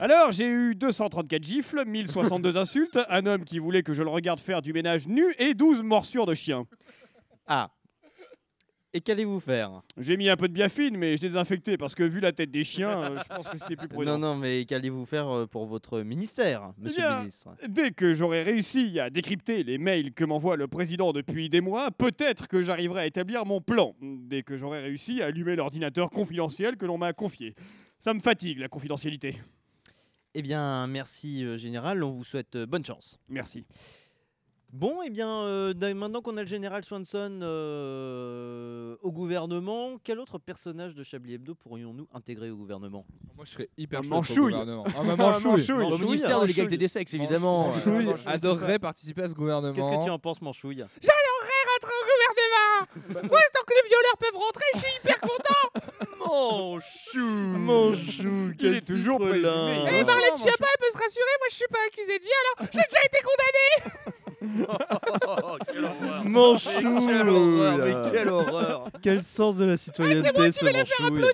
[SPEAKER 14] Alors j'ai eu 234 gifles,
[SPEAKER 1] *laughs*
[SPEAKER 14] 1062 insultes, un homme qui voulait que je le regarde faire du ménage nu et 12 morsures de chien.
[SPEAKER 1] Ah. Et qu'allez-vous faire
[SPEAKER 14] J'ai mis un peu de biafine, mais je l'ai désinfecté parce que vu la tête des chiens, euh, je pense que c'était plus prudent.
[SPEAKER 1] *laughs* Non, non, mais qu'allez-vous faire euh, pour votre ministère,
[SPEAKER 14] Eh
[SPEAKER 1] monsieur
[SPEAKER 14] bien,
[SPEAKER 1] le ministre
[SPEAKER 14] Dès que j'aurai réussi à décrypter les mails que m'envoie le président depuis des mois, peut-être que j'arriverai à établir mon plan. Dès que j'aurai réussi à allumer l'ordinateur confidentiel que l'on m'a confié. Ça me fatigue, la confidentialité.
[SPEAKER 1] Eh bien, merci euh, général, on vous souhaite euh, bonne chance.
[SPEAKER 14] Merci.
[SPEAKER 1] Bon, eh bien, euh, da- maintenant qu'on a le général Swanson euh, au gouvernement, quel autre personnage de Chablis Hebdo pourrions-nous intégrer au gouvernement
[SPEAKER 12] Moi, je serais hyper
[SPEAKER 1] Un
[SPEAKER 12] chaud pour le
[SPEAKER 1] manchouille. *laughs*
[SPEAKER 12] gouvernement.
[SPEAKER 1] Un
[SPEAKER 12] Ah, bah, manchouille.
[SPEAKER 1] manchouille.
[SPEAKER 12] Manchouille.
[SPEAKER 1] Au ministère de l'égalité des sexes, évidemment.
[SPEAKER 12] Manchouille.
[SPEAKER 1] Ouais, manchouille, c'est
[SPEAKER 12] Adorerait
[SPEAKER 1] ça.
[SPEAKER 12] participer à ce gouvernement.
[SPEAKER 1] Qu'est-ce que tu en penses, Manchouille
[SPEAKER 23] J'adorerais rentrer au
[SPEAKER 1] *laughs*
[SPEAKER 23] gouvernement Moi, tant que les violeurs peuvent rentrer, je suis hyper content
[SPEAKER 1] Mon chou Mon chou
[SPEAKER 14] Il est toujours présumé.
[SPEAKER 23] Et Marlène Schiappa, elle peut se rassurer, moi, je suis pas accusé de viol, alors j'ai déjà été condamné
[SPEAKER 1] Mon chou
[SPEAKER 23] quelle horreur,
[SPEAKER 1] Ah,
[SPEAKER 23] mais quelle horreur.
[SPEAKER 1] Quel sens de la citoyenneté,
[SPEAKER 23] Ah, c'est moi qui
[SPEAKER 1] ce
[SPEAKER 23] vais la faire
[SPEAKER 1] Manchouille.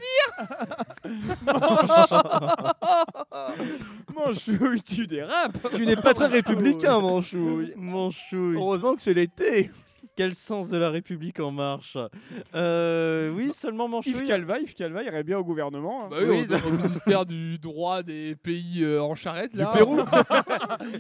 [SPEAKER 14] Manchouille, tu dérapes
[SPEAKER 15] Tu n'es pas très républicain, Manchouille.
[SPEAKER 1] Manchouille.
[SPEAKER 15] Heureusement que c'est l'été.
[SPEAKER 1] Quel sens de la République en marche Euh, Oui, seulement Manchouille.
[SPEAKER 14] Yves Calva, Yves Calva irait bien au gouvernement. *laughs* hein.
[SPEAKER 12] Bah
[SPEAKER 1] *laughs*
[SPEAKER 12] oui, au, au ministère du droit des pays euh, en charrette, là.
[SPEAKER 14] Pérou.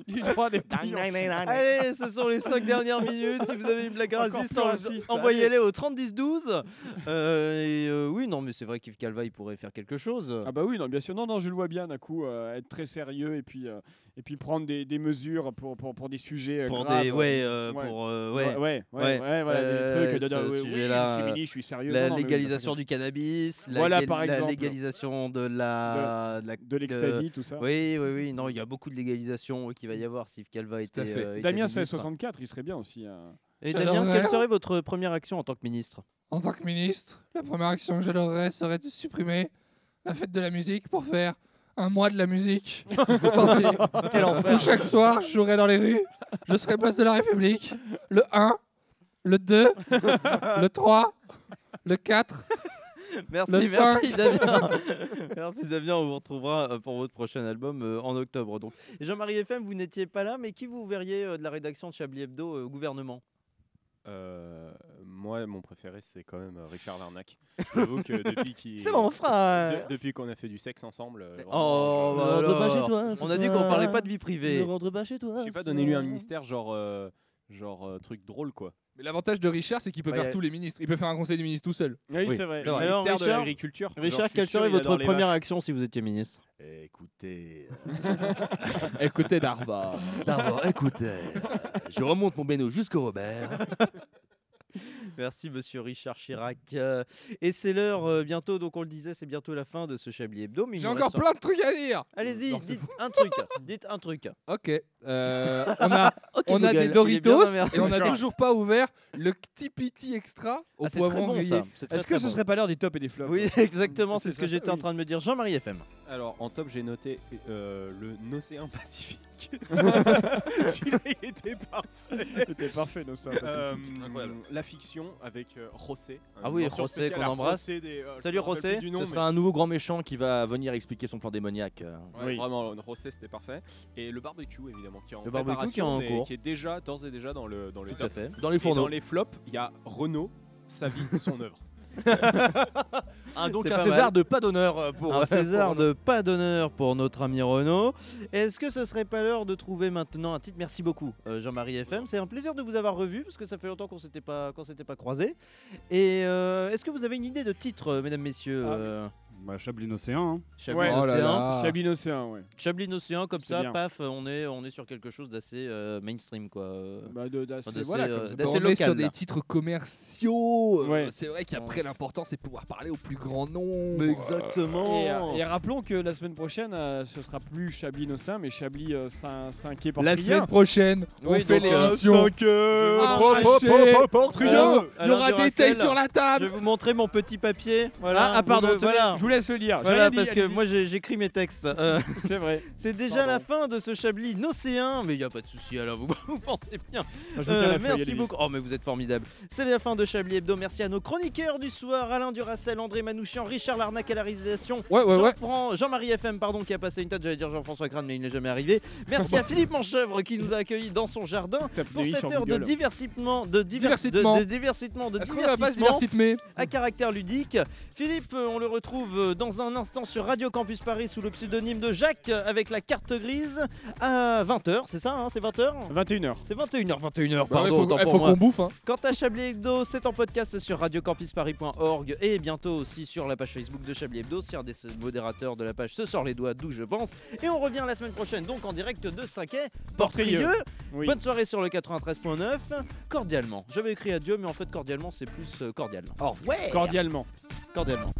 [SPEAKER 12] du droit des pays en
[SPEAKER 14] Ah,
[SPEAKER 12] charrette.
[SPEAKER 1] Allez, ce sont les 5 dernières minutes. Si vous avez une blague
[SPEAKER 12] Encore
[SPEAKER 1] raciste,
[SPEAKER 12] plus
[SPEAKER 1] en-
[SPEAKER 12] raciste,
[SPEAKER 1] envoyez-les au 30-10-12. Euh, et euh, oui, non, mais c'est vrai qu'Yves Calva, il pourrait faire quelque chose.
[SPEAKER 14] Ah bah oui, non, bien sûr, non, non, je le vois bien d'un coup, euh, être très sérieux et puis, euh, et puis prendre des, des mesures pour, pour, pour des sujets euh,
[SPEAKER 1] Pour
[SPEAKER 14] graves.
[SPEAKER 1] des. Ouais, euh, pour. euh, ouais,
[SPEAKER 14] ouais, ouais, ouais, ouais, voilà,
[SPEAKER 1] Euh,
[SPEAKER 14] des trucs,
[SPEAKER 1] ce
[SPEAKER 14] euh, oui, oui,
[SPEAKER 1] sujet-là,
[SPEAKER 14] je suis
[SPEAKER 1] euh,
[SPEAKER 14] mini, je suis sérieux.
[SPEAKER 1] La
[SPEAKER 14] non, non, mais-
[SPEAKER 1] légalisation du cannabis, la,
[SPEAKER 14] Voilà,
[SPEAKER 1] gal-
[SPEAKER 14] par
[SPEAKER 1] la
[SPEAKER 14] exemple.
[SPEAKER 1] légalisation de la. la-
[SPEAKER 14] de l'ecstasy, tout ça.
[SPEAKER 1] Oui, oui, oui. Non, il y a beaucoup de légalisation euh, qu'il va y avoir si Yves Calva était.
[SPEAKER 14] fait.
[SPEAKER 1] euh, était
[SPEAKER 14] Damien
[SPEAKER 1] ministre.
[SPEAKER 14] 1664, il serait bien aussi. hein.
[SPEAKER 1] Et
[SPEAKER 12] J'adorerais.
[SPEAKER 1] Damien, quelle serait votre première action en tant que ministre
[SPEAKER 12] En tant que ministre, la première action que j'adorerais serait de supprimer la fête de la musique pour faire un mois de la
[SPEAKER 1] *laughs*
[SPEAKER 12] musique tout entier.
[SPEAKER 15] Quel enfer.
[SPEAKER 12] Où chaque soir, je jouerais dans les rues, je serais place de la République.
[SPEAKER 1] *laughs*
[SPEAKER 12] Le 1, le 2, le 3, le 4,
[SPEAKER 1] Merci,
[SPEAKER 12] Le
[SPEAKER 1] merci
[SPEAKER 12] cinq.
[SPEAKER 1] Damien. *laughs* merci Damien, on vous retrouvera euh, pour votre prochain album euh, en octobre. Donc, Et Jean-Marie FM, vous n'étiez pas là, mais qui vous verriez euh, de la rédaction de Chablis Hebdo euh, au gouvernement
[SPEAKER 14] Euh, moi, mon préféré, c'est quand même euh, Richard Larnac. J'avoue
[SPEAKER 1] *laughs*
[SPEAKER 14] que depuis qu'il-
[SPEAKER 1] C'est mon frère.
[SPEAKER 14] de- depuis qu'on a fait du sexe ensemble. euh, vraiment,
[SPEAKER 1] Oh,
[SPEAKER 14] je-
[SPEAKER 1] bah alors, on a dit qu'on parlait pas de vie privée.
[SPEAKER 14] J'ai pas donné lui un ministère genre euh, genre euh, truc drôle quoi.
[SPEAKER 12] Mais l'avantage de Richard, c'est qu'il peut
[SPEAKER 14] Ouais,
[SPEAKER 12] faire
[SPEAKER 14] ouais.
[SPEAKER 12] tous les ministres. Il peut faire un conseil des ministres tout
[SPEAKER 1] *laughs*
[SPEAKER 12] seul.
[SPEAKER 14] Oui, Oui. c'est vrai. Le Alors, ministère de Richard- l'Agriculture. Genre,
[SPEAKER 1] Richard,
[SPEAKER 14] je suis
[SPEAKER 1] quelle
[SPEAKER 14] sûr,
[SPEAKER 1] serait
[SPEAKER 14] il
[SPEAKER 1] votre
[SPEAKER 14] adore les
[SPEAKER 1] première
[SPEAKER 14] vaches.
[SPEAKER 1] action si vous étiez ministre
[SPEAKER 15] Écoutez.
[SPEAKER 12] Écoutez, Darva.
[SPEAKER 15] Darva, écoutez. euh, Je remonte mon béno jusqu'au Robert.
[SPEAKER 1] *laughs* Merci Monsieur Richard Chirac. Euh, et c'est l'heure euh, bientôt, donc on le disait, c'est bientôt la fin de ce Chablis Hebdo. mais il
[SPEAKER 12] J'ai
[SPEAKER 1] nous
[SPEAKER 12] encore
[SPEAKER 1] reste-
[SPEAKER 12] plein de trucs à dire.
[SPEAKER 1] Allez-y, dites un truc. Dites un truc.
[SPEAKER 12] Ok. euh, on a,
[SPEAKER 1] *laughs* Ok,
[SPEAKER 12] on a
[SPEAKER 1] Google,
[SPEAKER 12] des
[SPEAKER 1] il est
[SPEAKER 12] Doritos
[SPEAKER 1] bien emmerdé.
[SPEAKER 12] et on a
[SPEAKER 1] D'accord.
[SPEAKER 12] toujours pas ouvert le petit piti extra au
[SPEAKER 1] Ah, c'est très
[SPEAKER 12] poivron
[SPEAKER 1] bon,
[SPEAKER 12] grillé.
[SPEAKER 1] ça. C'est très,
[SPEAKER 14] Est-ce que
[SPEAKER 1] très
[SPEAKER 14] ce
[SPEAKER 1] bon.
[SPEAKER 14] serait pas l'heure des tops et des flops *laughs*
[SPEAKER 12] hein
[SPEAKER 1] Oui, exactement, c'est
[SPEAKER 14] C'est
[SPEAKER 1] ce que
[SPEAKER 14] ça,
[SPEAKER 1] j'étais
[SPEAKER 14] oui.
[SPEAKER 1] en train de me dire. Jean-Marie FM.
[SPEAKER 14] Alors en top, j'ai noté euh, le
[SPEAKER 13] *laughs*
[SPEAKER 14] l'océan Pacifique. Celui-là, il était parfait.
[SPEAKER 13] Il était parfait, l'Océan Pacifique.
[SPEAKER 14] Incroyable. La fiction avec euh, José.
[SPEAKER 15] Ah
[SPEAKER 14] Une
[SPEAKER 15] oui,
[SPEAKER 14] mention
[SPEAKER 15] José
[SPEAKER 14] spéciale
[SPEAKER 15] qu'on
[SPEAKER 14] à
[SPEAKER 15] embrasse.
[SPEAKER 14] José des, euh, je
[SPEAKER 1] Salut,
[SPEAKER 14] me rappelle
[SPEAKER 1] José.
[SPEAKER 14] plus du nom,
[SPEAKER 15] Ce
[SPEAKER 14] mais-
[SPEAKER 15] sera un nouveau grand méchant qui va venir expliquer son plan démoniaque. euh.
[SPEAKER 14] Ouais, Vraiment, le Rosé c'était parfait. Et le barbecue évidemment qui est en
[SPEAKER 15] Le barbecue
[SPEAKER 14] préparation,
[SPEAKER 15] qui est en
[SPEAKER 14] mais
[SPEAKER 15] cours.
[SPEAKER 14] qui est déjà d'ores et déjà dans le dans le
[SPEAKER 15] Tout à
[SPEAKER 14] top.
[SPEAKER 15] fait. Dans les
[SPEAKER 14] Et
[SPEAKER 15] fourneaux.
[SPEAKER 14] dans les flops, il y a Renault, sa vie,
[SPEAKER 15] *laughs*
[SPEAKER 14] son œuvre.
[SPEAKER 15] Ah, donc
[SPEAKER 1] C'est
[SPEAKER 15] un
[SPEAKER 1] pas
[SPEAKER 15] César
[SPEAKER 1] mal.
[SPEAKER 15] de pas d'honneur euh, pour
[SPEAKER 1] un
[SPEAKER 15] euh,
[SPEAKER 1] César
[SPEAKER 15] pour
[SPEAKER 1] de pas d'honneur pour notre ami Renaud. Est-ce que ce serait pas l'heure de trouver maintenant un titre Merci beaucoup, euh, Jean-Marie FM. C'est un plaisir de vous avoir revu parce que ça fait longtemps qu'on s'était pas qu'on s'était pas croisés. Et euh, est-ce que vous avez une idée de titre, euh, mesdames messieurs
[SPEAKER 13] Ah
[SPEAKER 1] euh,
[SPEAKER 24] Bah, Chablin Océan. hein.
[SPEAKER 1] Chablis
[SPEAKER 15] Oh
[SPEAKER 1] Océan.
[SPEAKER 13] Chablis Océan, ouais.
[SPEAKER 1] Chablin Océan, comme
[SPEAKER 13] C'est
[SPEAKER 1] ça,
[SPEAKER 13] bien.
[SPEAKER 1] paf, on est on est sur quelque chose d'assez euh, mainstream quoi. euh,
[SPEAKER 13] Bah, d'assez-
[SPEAKER 1] enfin,
[SPEAKER 13] voilà,
[SPEAKER 1] euh,
[SPEAKER 13] comme ça.
[SPEAKER 1] d'assez
[SPEAKER 12] on est
[SPEAKER 1] local.
[SPEAKER 12] sur
[SPEAKER 1] là.
[SPEAKER 12] des titres commerciaux. euh,
[SPEAKER 13] Ouais.
[SPEAKER 12] C'est vrai qu'après, l'important, c'est de pouvoir parler au plus grand nombre.
[SPEAKER 1] Mais exactement.
[SPEAKER 13] Et, euh, et rappelons que la semaine prochaine, euh, ce sera plus Chablis Nossin, mais Chablis euh, Saint, Saint-Quay
[SPEAKER 12] La
[SPEAKER 13] Portrier.
[SPEAKER 12] semaine prochaine, on
[SPEAKER 13] Oui,
[SPEAKER 12] fait
[SPEAKER 13] donc, euh,
[SPEAKER 12] l'émission.
[SPEAKER 13] Saint-Quay,
[SPEAKER 12] Ah,
[SPEAKER 13] pro- pro-
[SPEAKER 12] arraché.
[SPEAKER 13] pro- pro- Portrier.
[SPEAKER 12] Euh, Il y
[SPEAKER 1] Alain
[SPEAKER 12] aura des
[SPEAKER 1] Duracell,
[SPEAKER 12] tailles sur la table.
[SPEAKER 1] Je vais vous montrer mon petit papier. Voilà.
[SPEAKER 13] Ah, ah, pardon,
[SPEAKER 1] Vous-
[SPEAKER 13] tenez,
[SPEAKER 1] voilà.
[SPEAKER 13] je vous laisse le lire. J'ai
[SPEAKER 1] Voilà,
[SPEAKER 13] rien dit,
[SPEAKER 1] parce que
[SPEAKER 13] allez-y.
[SPEAKER 1] moi j'ai- j'écris mes textes. Euh,
[SPEAKER 13] C'est vrai.
[SPEAKER 1] C'est déjà la fin de ce Chablis Nocéen, mais il n'y a pas de souci alors, vous, *laughs* vous pensez bien.
[SPEAKER 13] je vous tiens la feuille,
[SPEAKER 1] merci
[SPEAKER 13] allez-y.
[SPEAKER 1] beaucoup. Oh, mais vous êtes formidables. C'est la fin de Chablis Hebdo. Merci à nos chroniqueurs du soir Alain Duracel, André Manouchian, Richard Larnac à la réalisation.
[SPEAKER 12] Ouais, ouais, ouais.
[SPEAKER 1] Jean-Fran- Jean-Marie FM, pardon, qui a passé une tête. J'allais dire Jean-François Crane, mais il n'est jamais arrivé.
[SPEAKER 13] *laughs*
[SPEAKER 1] Merci à Philippe Manchevre qui nous a accueillis dans son jardin pour
[SPEAKER 13] l'œil
[SPEAKER 1] cette
[SPEAKER 13] sur
[SPEAKER 1] heure de
[SPEAKER 13] Google.
[SPEAKER 1] diversissement. De diver-
[SPEAKER 12] Diversitement.
[SPEAKER 1] De, de diversissement. De
[SPEAKER 12] Est-ce qu'on va pas se
[SPEAKER 1] divertissement
[SPEAKER 12] diversitmer
[SPEAKER 1] à caractère ludique. Philippe, euh, on le retrouve euh, dans un instant sur Radio Campus Paris sous le pseudonyme de Jacques euh, avec la carte grise à 20h, c'est ça, hein, c'est 20h
[SPEAKER 13] 21h.
[SPEAKER 1] C'est 21h, 21h,
[SPEAKER 12] Bah ouais,
[SPEAKER 1] pardon,
[SPEAKER 12] faut-
[SPEAKER 1] autant
[SPEAKER 12] eh,
[SPEAKER 1] pour
[SPEAKER 12] faut
[SPEAKER 1] moi.
[SPEAKER 12] qu'on bouffe, hein.
[SPEAKER 1] Quant à Chablis Hebdo, c'est en podcast sur radiocampusparis.org et bientôt aussi sur la page Facebook de Chablis Hebdo. Si un des modérateurs de la page se sort les doigts, d'où je pense. Et on revient la semaine prochaine, donc en direct de 5 Portrieux.
[SPEAKER 13] Portrieux. Oui.
[SPEAKER 1] Bonne soirée sur le 93.9. Cordialement. J'avais écrit adieu, mais en fait, cordialement, c'est plus euh, cordialement.
[SPEAKER 15] Au revoir.
[SPEAKER 13] Cordialement.
[SPEAKER 1] Cordialement.